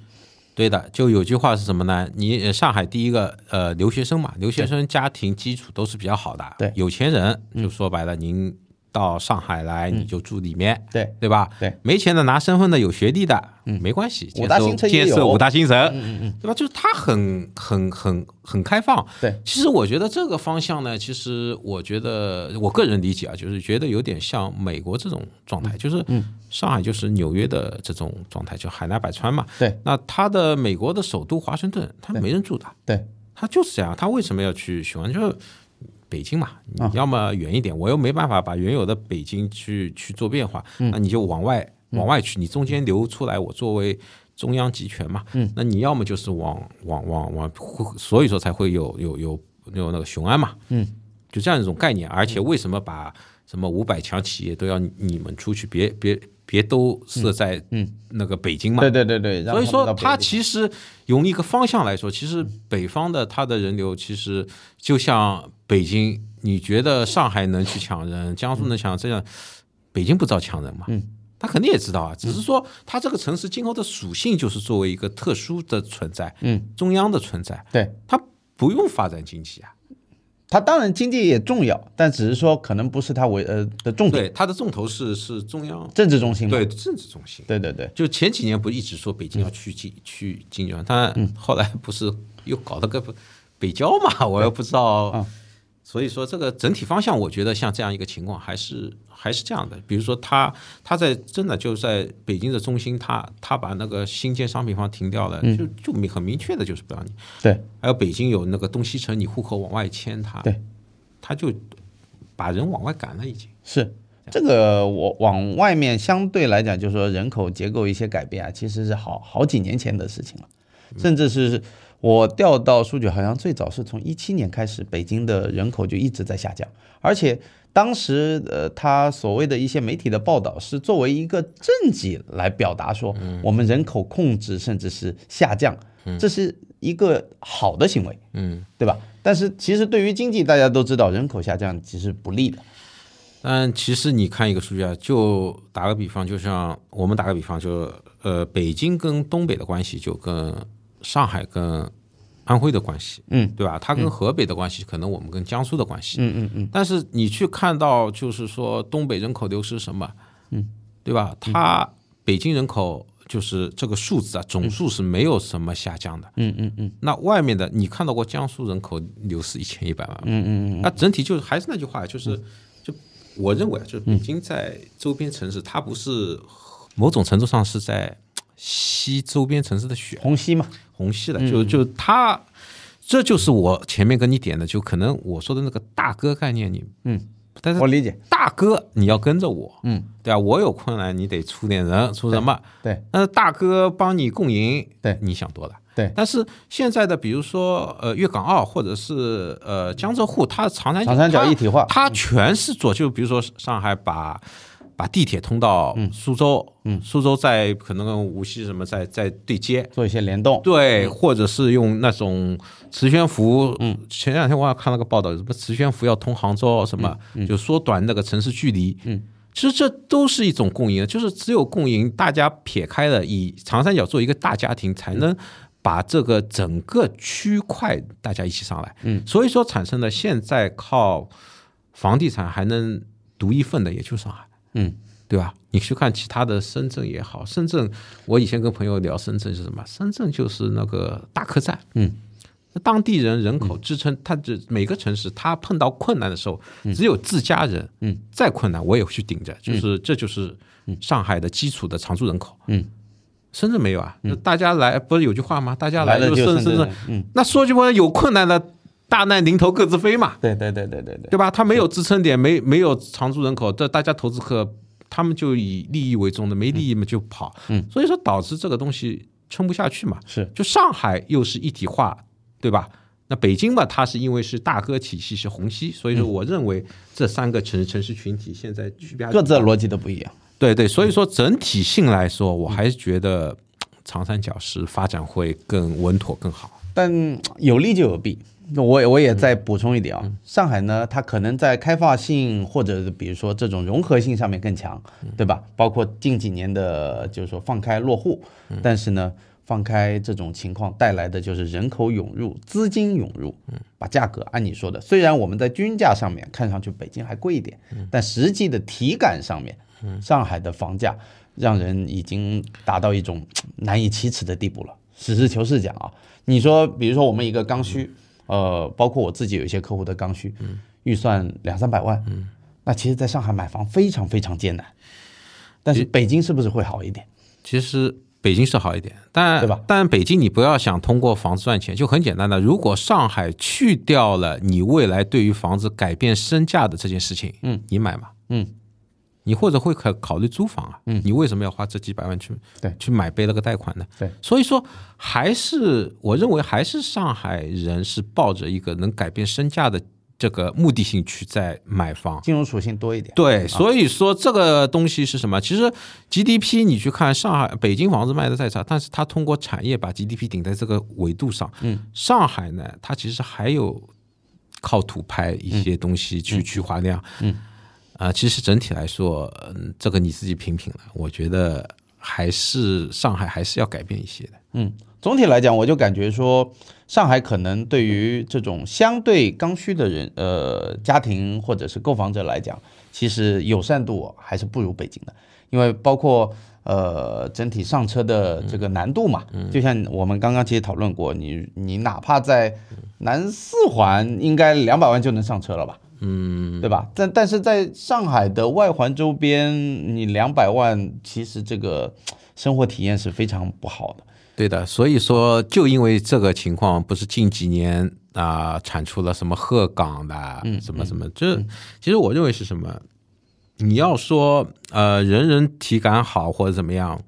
[SPEAKER 2] 对的，就有句话是什么呢？你呃上海第一个呃留学生嘛，留学生家庭基础都是比较好的，
[SPEAKER 1] 对嗯
[SPEAKER 2] 有钱人就说白了，您到上海来你就住里面，
[SPEAKER 1] 对，
[SPEAKER 2] 对吧？
[SPEAKER 1] 对，嗯
[SPEAKER 2] 没钱的拿身份的有学历的，没关系，接
[SPEAKER 1] 五大
[SPEAKER 2] 受
[SPEAKER 1] 新城也
[SPEAKER 2] 接
[SPEAKER 1] 有嗯
[SPEAKER 2] 受五大新城，对吧？就是他很很很很开放。
[SPEAKER 1] 对，
[SPEAKER 2] 其实我觉得这个方向呢，其实我觉得我个人理解啊，就是觉得有点像美国这种状
[SPEAKER 1] 嗯
[SPEAKER 2] 态，就是上海就是纽约的这种状态，就海纳百川嘛。
[SPEAKER 1] 对，
[SPEAKER 2] 那它的美国的首都华盛顿，它没人住的，
[SPEAKER 1] 对，
[SPEAKER 2] 它就是这样。它为什么要去喜欢就是北京嘛？你要么远一点，我又没办法把原有的北京去去做变化，那你就往外往外去，你中间留出来，我作为中央集权嘛，嗯，那你要么就是往往往往，所以说才会有有有有那个雄安嘛，嗯，就这样一种概念。而且为什么把什么五百强企业都要你们出去，别别别都设在嗯那个北京嘛？
[SPEAKER 1] 对对对对。让
[SPEAKER 2] 所以
[SPEAKER 1] 他们
[SPEAKER 2] 说，
[SPEAKER 1] 到
[SPEAKER 2] 它
[SPEAKER 1] 北京
[SPEAKER 2] 其实用一个方向来说，其实北方的它的人流其实就像北京，你觉得上海能去抢人，江
[SPEAKER 1] 嗯
[SPEAKER 2] 苏能抢这样，北京不知道抢人嘛？嗯，他肯定也知道啊，
[SPEAKER 1] 嗯
[SPEAKER 2] 只是说它这个城市今后的属性就是作为一个特殊的存在，
[SPEAKER 1] 嗯，
[SPEAKER 2] 中央的存在，
[SPEAKER 1] 对
[SPEAKER 2] 它不用发展经济啊，
[SPEAKER 1] 它当然经济也重要，但只是说可能不是它为呃的重点，
[SPEAKER 2] 对，它的重头是是中央，
[SPEAKER 1] 政治中心嘛。
[SPEAKER 2] 对政治中心。
[SPEAKER 1] 对对对
[SPEAKER 2] 就前几年不一直说北
[SPEAKER 1] 嗯
[SPEAKER 2] 京要去金去金砖，但后来不是又搞了个北郊嘛，我也不知道
[SPEAKER 1] 嗯。
[SPEAKER 2] 所以说这个整体方向，我觉得像这样一个情况还是还是这样的。比如说他他在真的就在北京的中心，他他把那个新建商品房停掉
[SPEAKER 1] 嗯
[SPEAKER 2] 了，就就明很明确的就是不让你。
[SPEAKER 1] 对
[SPEAKER 2] 还有北京有那个东西城，你户口往外迁，他
[SPEAKER 1] 对
[SPEAKER 2] 他就把人往外赶了已经。
[SPEAKER 1] 是。这个我往外面相对来讲，就是说人口结构一些改变啊，其实是好好几年前的事情了，甚至是我调到数据，好像最早是从一七年开始，北京的人口就一直在下降，而且当时呃，他所谓的一些媒体的报道是作为一个政绩来表达说，我们人口控制甚至是下降，这是一个好的行为，
[SPEAKER 2] 嗯，
[SPEAKER 1] 对吧？但是其实对于经济，大家都知道，人口下降其实不利的，
[SPEAKER 2] 但其实你看一个数据啊，就打个比方，就像我们打个比方，就呃，北京跟东北的关系就跟上海跟安徽的关系，
[SPEAKER 1] 嗯，
[SPEAKER 2] 对吧？它跟河北的关系，可能我们跟江苏的关系，
[SPEAKER 1] 嗯嗯嗯，
[SPEAKER 2] 但是你去看到，就是说东北人口流失什么，嗯，对吧？它北京人口就是这个数字啊，总数是没有什么下降的，
[SPEAKER 1] 嗯嗯嗯
[SPEAKER 2] 那外面的你看到过江苏人口流失一千一百万吗？
[SPEAKER 1] 嗯嗯嗯，嗯
[SPEAKER 2] 那整体就是还是那句话，就是就我认为啊，就是北京在周边城市，它不是某种程度上是在吸周边城市的血
[SPEAKER 1] 虹吸嘛，
[SPEAKER 2] 虹吸
[SPEAKER 1] 嗯
[SPEAKER 2] 的，就就它这就是我前面跟你点的，就可能我说的那个大哥概念，你
[SPEAKER 1] 嗯，
[SPEAKER 2] 但是
[SPEAKER 1] 我理解，
[SPEAKER 2] 大哥你要跟着我，
[SPEAKER 1] 嗯，
[SPEAKER 2] 对啊，我有困难你得出点人，出什么？
[SPEAKER 1] 对
[SPEAKER 2] 那大哥帮你共赢，
[SPEAKER 1] 对
[SPEAKER 2] 你想多了。
[SPEAKER 1] 对，
[SPEAKER 2] 但是现在的，比如说呃粤港澳或者是呃江浙沪，它长三
[SPEAKER 1] 长三角一嗯体化
[SPEAKER 2] 它它全是做，就比如说上海把把地铁通到苏州，嗯，苏州在可能跟无锡什么在在对接，
[SPEAKER 1] 做一些联动，
[SPEAKER 2] 对，或者是用那种磁悬浮。嗯，前两天我还看了个报道，什么磁悬浮要通杭州，什么、就缩短那个城市距离。嗯，其实这都是一种共赢，就是只有共赢，大家撇开了以长三角做一个大家庭，才能把这个整个区块大家一起上来。嗯，所以说产生了现在靠房地产还能独一份的，也就上海。
[SPEAKER 1] 嗯，
[SPEAKER 2] 对吧？你去看其他的深圳也好，深圳，我以前跟朋友聊深圳是什么？深圳就是那个大客栈，
[SPEAKER 1] 嗯，
[SPEAKER 2] 当地人人口支撑，他这每个城市他碰到困难的时候，只有自家人，嗯，再困难我也会去顶着，就是这就是上海的基础的常住人口，
[SPEAKER 1] 嗯，
[SPEAKER 2] 深圳没有啊，那大家来不是有句话吗？大家
[SPEAKER 1] 来了
[SPEAKER 2] 就
[SPEAKER 1] 就
[SPEAKER 2] 深
[SPEAKER 1] 深圳
[SPEAKER 2] 圳
[SPEAKER 1] 人，嗯
[SPEAKER 2] 那说句话有困难的。大难临头各自飞嘛，
[SPEAKER 1] 对对对对对对，
[SPEAKER 2] 对吧？它没有支撑点，没没有常住人口，这大家投资客他们就以利益为重的，没利益嘛就跑，
[SPEAKER 1] 嗯，
[SPEAKER 2] 所以说导致这个东西撑不下去嘛。
[SPEAKER 1] 是
[SPEAKER 2] 就上海又是一体化，对吧？那北京嘛，它是因为是大哥体系是虹吸，所以
[SPEAKER 1] 嗯
[SPEAKER 2] 说我认为这三个城城市群体现在区别还是
[SPEAKER 1] 各自嗯的逻辑都不一样。
[SPEAKER 2] 对对，所以说整体性来说，
[SPEAKER 1] 嗯
[SPEAKER 2] 我还是觉得长三角是发展会更稳妥更好。
[SPEAKER 1] 但嗯有利就有弊。那我也我也再补充一点啊，上海呢，它可能在开放性或者比如说这种融合性上面更强，对吧？包括近几年的，就是说放开落户，但是呢，放开这种情况带来的就是人口涌入、资金涌入，把价格按你说的，虽然我们在均价上面看上去北京还贵一点，但实际的体感上面，上海的房价让人已经达到一种难以启齿的地步了。实事求是讲啊，你说，比如说我们一个刚需，呃，包括我自己有一些客户的刚需，预算两三百万，那其实在上海买房非常非常艰难，但是北京是不是会好一点？
[SPEAKER 2] 其实北京是好一点，但
[SPEAKER 1] 对吧？
[SPEAKER 2] 但北京你不要想通过房子赚钱，就很简单的，如果上海去掉了你未来对于房子改变身价的这件事情，嗯，你买吗？
[SPEAKER 1] 嗯，
[SPEAKER 2] 你或者会考考虑租房啊，嗯，你为什么要花这几百万去
[SPEAKER 1] 对
[SPEAKER 2] 去买背了个贷款呢？
[SPEAKER 1] 对，
[SPEAKER 2] 所以说还是我认为还是上海人是抱着一个能改变身价的这个目的性去在买房。
[SPEAKER 1] 金融属性多一点，
[SPEAKER 2] 对，所以说这个东西是什么？其实 GDP 你去看上海、北京房子卖的再差，但是它通过产业把 GDP 顶在这个维度上。嗯，上海呢，它其实还有靠土拍一些东西去去化量。嗯，啊、其实整体来说，嗯，这个你自己品品了，我觉得还是上海还是要改变一些的。
[SPEAKER 1] 嗯，总体来讲，我就感觉说，上海可能对于这种相对刚需的人，呃，家庭或者是购房者来讲，其实友善度还是不如北京的，因为包括呃整体上车的这个难度嘛，就像我们刚刚其实讨论过，你你哪怕在南四环，应该两百万就能上车了吧？对吧？但但是在上海的外环周边，你两百万其实这个生活体验是非常不好的。
[SPEAKER 2] 对的，所以说就因为这个情况，不是近几年啊、产出了什么鹤岗的，什么什么，这其实我认为是什么？你要说呃，人人体感好或者怎么样，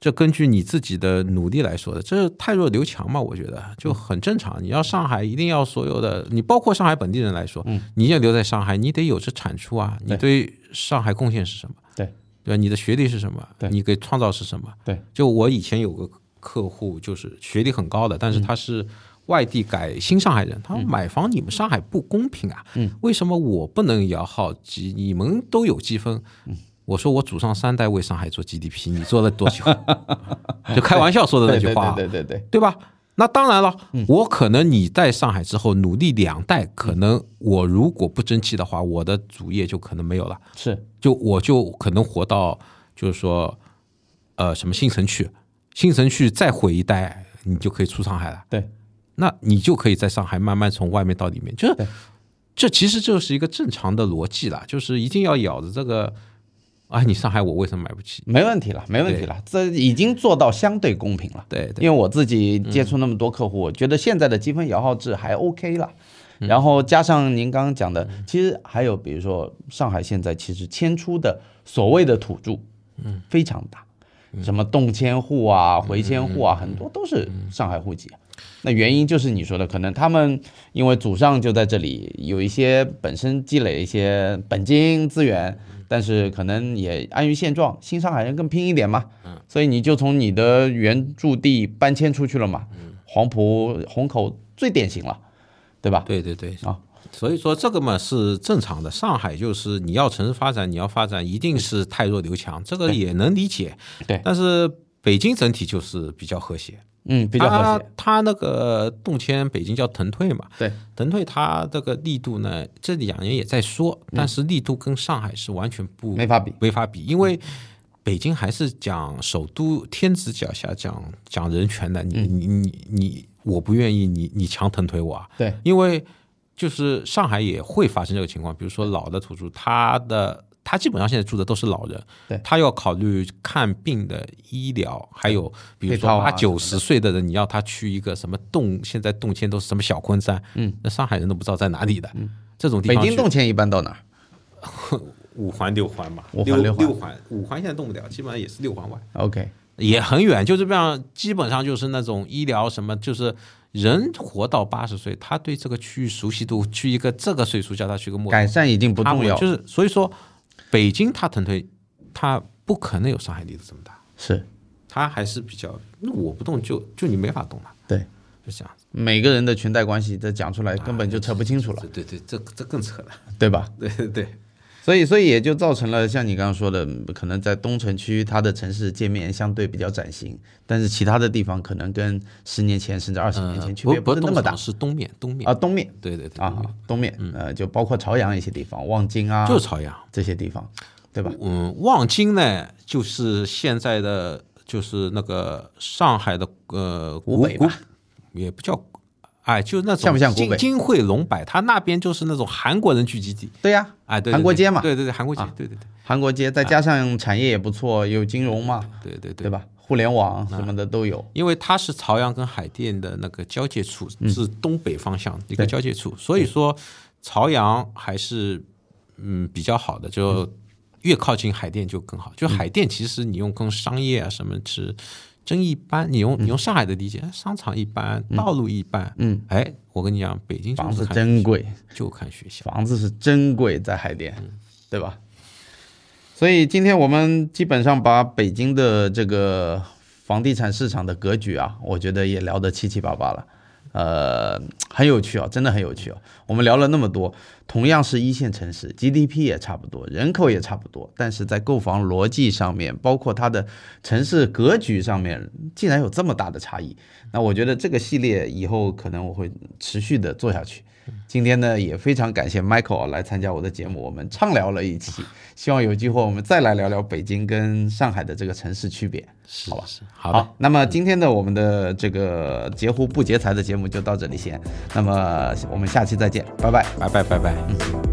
[SPEAKER 2] 这根据你自己的努力来说的，这太弱留强嘛，我觉得就很正常。你要上海，一定要所有的，你包括上海本地人来说，你要留在上海，你得有这产出啊，你对上海贡献是什么？
[SPEAKER 1] 对
[SPEAKER 2] 对吧？你的学历是什么？
[SPEAKER 1] 对
[SPEAKER 2] 你给创造是什么？
[SPEAKER 1] 对，
[SPEAKER 2] 就我以前有个客户，就是学历很高的，
[SPEAKER 1] 嗯
[SPEAKER 2] 但是他是外地改新上海人，他说买房你们上海不公平啊，
[SPEAKER 1] 嗯
[SPEAKER 2] 为什么我不能摇号积？你们都有积分。
[SPEAKER 1] 嗯
[SPEAKER 2] 我说我祖上三代为上海做 GDP，你做了多久？ 就开玩笑说的那句话啊，
[SPEAKER 1] 对嗯对对对对
[SPEAKER 2] 对吧？那当然了，我可能你在上海之后努力两代，可
[SPEAKER 1] 嗯
[SPEAKER 2] 能我如果不争气的话，我的主业就可能没有了。
[SPEAKER 1] 是
[SPEAKER 2] 就我就可能活到就是说，呃，什么新城区，新城区再毁一代，你就可以出上海了。
[SPEAKER 1] 对，
[SPEAKER 2] 那你就可以在上海慢慢从外面到里面，就是
[SPEAKER 1] 对
[SPEAKER 2] 这其实就是一个正常的逻辑啦，就是一定要咬着这个啊，你上海我为什么买不起？
[SPEAKER 1] 没问题了，没问题了，这已经做到相对公平了。
[SPEAKER 2] 对对嗯
[SPEAKER 1] 因为我自己接触那么多客户，我觉得现在的积分摇号制还 OK 了。然后加上您刚刚讲的，
[SPEAKER 2] 嗯
[SPEAKER 1] 其实还有比如说上海现在其实迁出的所谓的土著，嗯，非常大，
[SPEAKER 2] 嗯
[SPEAKER 1] 什么动迁户啊、回迁户啊，很多都是
[SPEAKER 2] 嗯
[SPEAKER 1] 上海户籍。啊那原因就是你说的，可能他们因为祖上就在这里，有一些本身积累一些本金资源，但是可能也安于现状。新上海人更拼一点嘛，
[SPEAKER 2] 嗯
[SPEAKER 1] 所以你就从你的原住地搬迁出去了嘛。
[SPEAKER 2] 嗯
[SPEAKER 1] 黄埔、虹口最典型了，对吧？
[SPEAKER 2] 对对对
[SPEAKER 1] 啊，
[SPEAKER 2] 所以说这个嘛是正常的。上海就是你要城市发展，你要发展一定是太弱留强，这个也能理解。
[SPEAKER 1] 对
[SPEAKER 2] 但是北京整体就是比较和谐，
[SPEAKER 1] 嗯，比较和
[SPEAKER 2] 它
[SPEAKER 1] 谐。
[SPEAKER 2] 它啊那个动迁，北京叫腾退嘛，
[SPEAKER 1] 对，
[SPEAKER 2] 腾退它这个力度呢，这两年也在说，但
[SPEAKER 1] 嗯
[SPEAKER 2] 是力度跟上海是完全不
[SPEAKER 1] 没法比。嗯
[SPEAKER 2] 没法比，因为北京还是讲首都天子脚下讲讲人权的，你
[SPEAKER 1] 嗯
[SPEAKER 2] 你你你，我不愿意你你强腾腿我啊，
[SPEAKER 1] 对，
[SPEAKER 2] 因为就是上海也会发生这个情况，比如说老的土著，他的他基本上现在住的都是老人，
[SPEAKER 1] 对
[SPEAKER 2] 他要考虑看病的医疗，还有比如
[SPEAKER 1] 配
[SPEAKER 2] 说
[SPEAKER 1] 套啊
[SPEAKER 2] 八九十岁的人，你要他去一个什么洞，现在洞迁都是什么小昆山，
[SPEAKER 1] 嗯，
[SPEAKER 2] 那上海人都不知道在哪里的，这种地
[SPEAKER 1] 北
[SPEAKER 2] 方
[SPEAKER 1] 京
[SPEAKER 2] 去
[SPEAKER 1] 动迁一般到哪儿？
[SPEAKER 2] 五环六环嘛，
[SPEAKER 1] 五环
[SPEAKER 2] 六
[SPEAKER 1] 六环
[SPEAKER 2] 环五环现在动不了，基本上也是六环外，
[SPEAKER 1] OK，
[SPEAKER 2] 也很远，就这样，基本上就是那种医疗什么，就是人活到八十岁，他对这个区域熟悉度，去一个这个岁数叫他去个陌生
[SPEAKER 1] 改善已经不
[SPEAKER 2] 他
[SPEAKER 1] 重要，
[SPEAKER 2] 就是所以说，北京它腾退，它不可能有上海离得这么大，
[SPEAKER 1] 是
[SPEAKER 2] 它还是比较，那我不动就就你没法动了，
[SPEAKER 1] 对
[SPEAKER 2] 就这样子。
[SPEAKER 1] 每个人的裙带关系，这讲出来根本就扯不清楚了，
[SPEAKER 2] 对对对，这这更扯了，
[SPEAKER 1] 对吧？
[SPEAKER 2] 对对对，
[SPEAKER 1] 所以，所以也就造成了像你刚刚说的，嗯可能在东城区它的城市界面相对比较崭新，但是其他的地方可能跟十年前甚至二十年前
[SPEAKER 2] 嗯，
[SPEAKER 1] 区
[SPEAKER 2] 不
[SPEAKER 1] 别
[SPEAKER 2] 不
[SPEAKER 1] 是那么大
[SPEAKER 2] 东厂是东面东面
[SPEAKER 1] 啊。，东面
[SPEAKER 2] 对对对，
[SPEAKER 1] 啊，东面，呃，就包括朝阳一些地方，望京啊
[SPEAKER 2] 嗯就是朝阳。
[SPEAKER 1] 这些地方，对吧？
[SPEAKER 2] 嗯，望京呢，就是现在的就是那个上海的呃
[SPEAKER 1] 古
[SPEAKER 2] 古
[SPEAKER 1] 北吧
[SPEAKER 2] 古也不叫。哎，就是那种
[SPEAKER 1] 像不像古
[SPEAKER 2] 金
[SPEAKER 1] 北
[SPEAKER 2] 金汇龙柏，它那边就是那种韩国人聚集地。
[SPEAKER 1] 对呀，
[SPEAKER 2] 哎，对，对
[SPEAKER 1] 韩国
[SPEAKER 2] 对
[SPEAKER 1] 街嘛啊
[SPEAKER 2] 对对对，韩国街，对对对。
[SPEAKER 1] 韩国街，再加上产业也不错，有金融嘛，
[SPEAKER 2] 对对对，
[SPEAKER 1] 对吧？互联网什么的都有，
[SPEAKER 2] 因为它是朝阳跟海淀的那个交界处，
[SPEAKER 1] 嗯
[SPEAKER 2] 是东北方向一个交界处，所以说朝阳还是嗯比较好的，就越靠近海淀就更好。
[SPEAKER 1] 嗯
[SPEAKER 2] 就海淀其实你用跟商业啊什么是真一般，你用你用上海的理解，商场一般，道路一般，
[SPEAKER 1] 嗯，
[SPEAKER 2] 哎，我跟你讲，北京就
[SPEAKER 1] 房
[SPEAKER 2] 是
[SPEAKER 1] 子
[SPEAKER 2] 看
[SPEAKER 1] 真贵。
[SPEAKER 2] 就看学校，
[SPEAKER 1] 房子是真贵，在海淀，对吧？所以今天我们基本上把北京的这个房地产市场的格局啊，我觉得也聊得七七八八了，呃，很有趣啊，真的很有趣啊。我们聊了那么多，同样是一线城市，GDP 也差不多，人口也差不多，但是在购房逻辑上面，包括它的城市格局上面，竟然有这么大的差异，那我觉得这个系列以后可能我会持续的做下去。今天呢，也非常感谢 Michael 来参加我的节目，我们畅聊了一 期，希望有机会我们再来聊聊北京跟上海的这个城市区别。
[SPEAKER 2] 是
[SPEAKER 1] 好吧
[SPEAKER 2] 是好的，
[SPEAKER 1] 那么今天的我们的这个截胡不劫财的节目就到这里先，那么我们下期再见，拜拜。
[SPEAKER 2] 拜拜拜拜。
[SPEAKER 1] 嗯。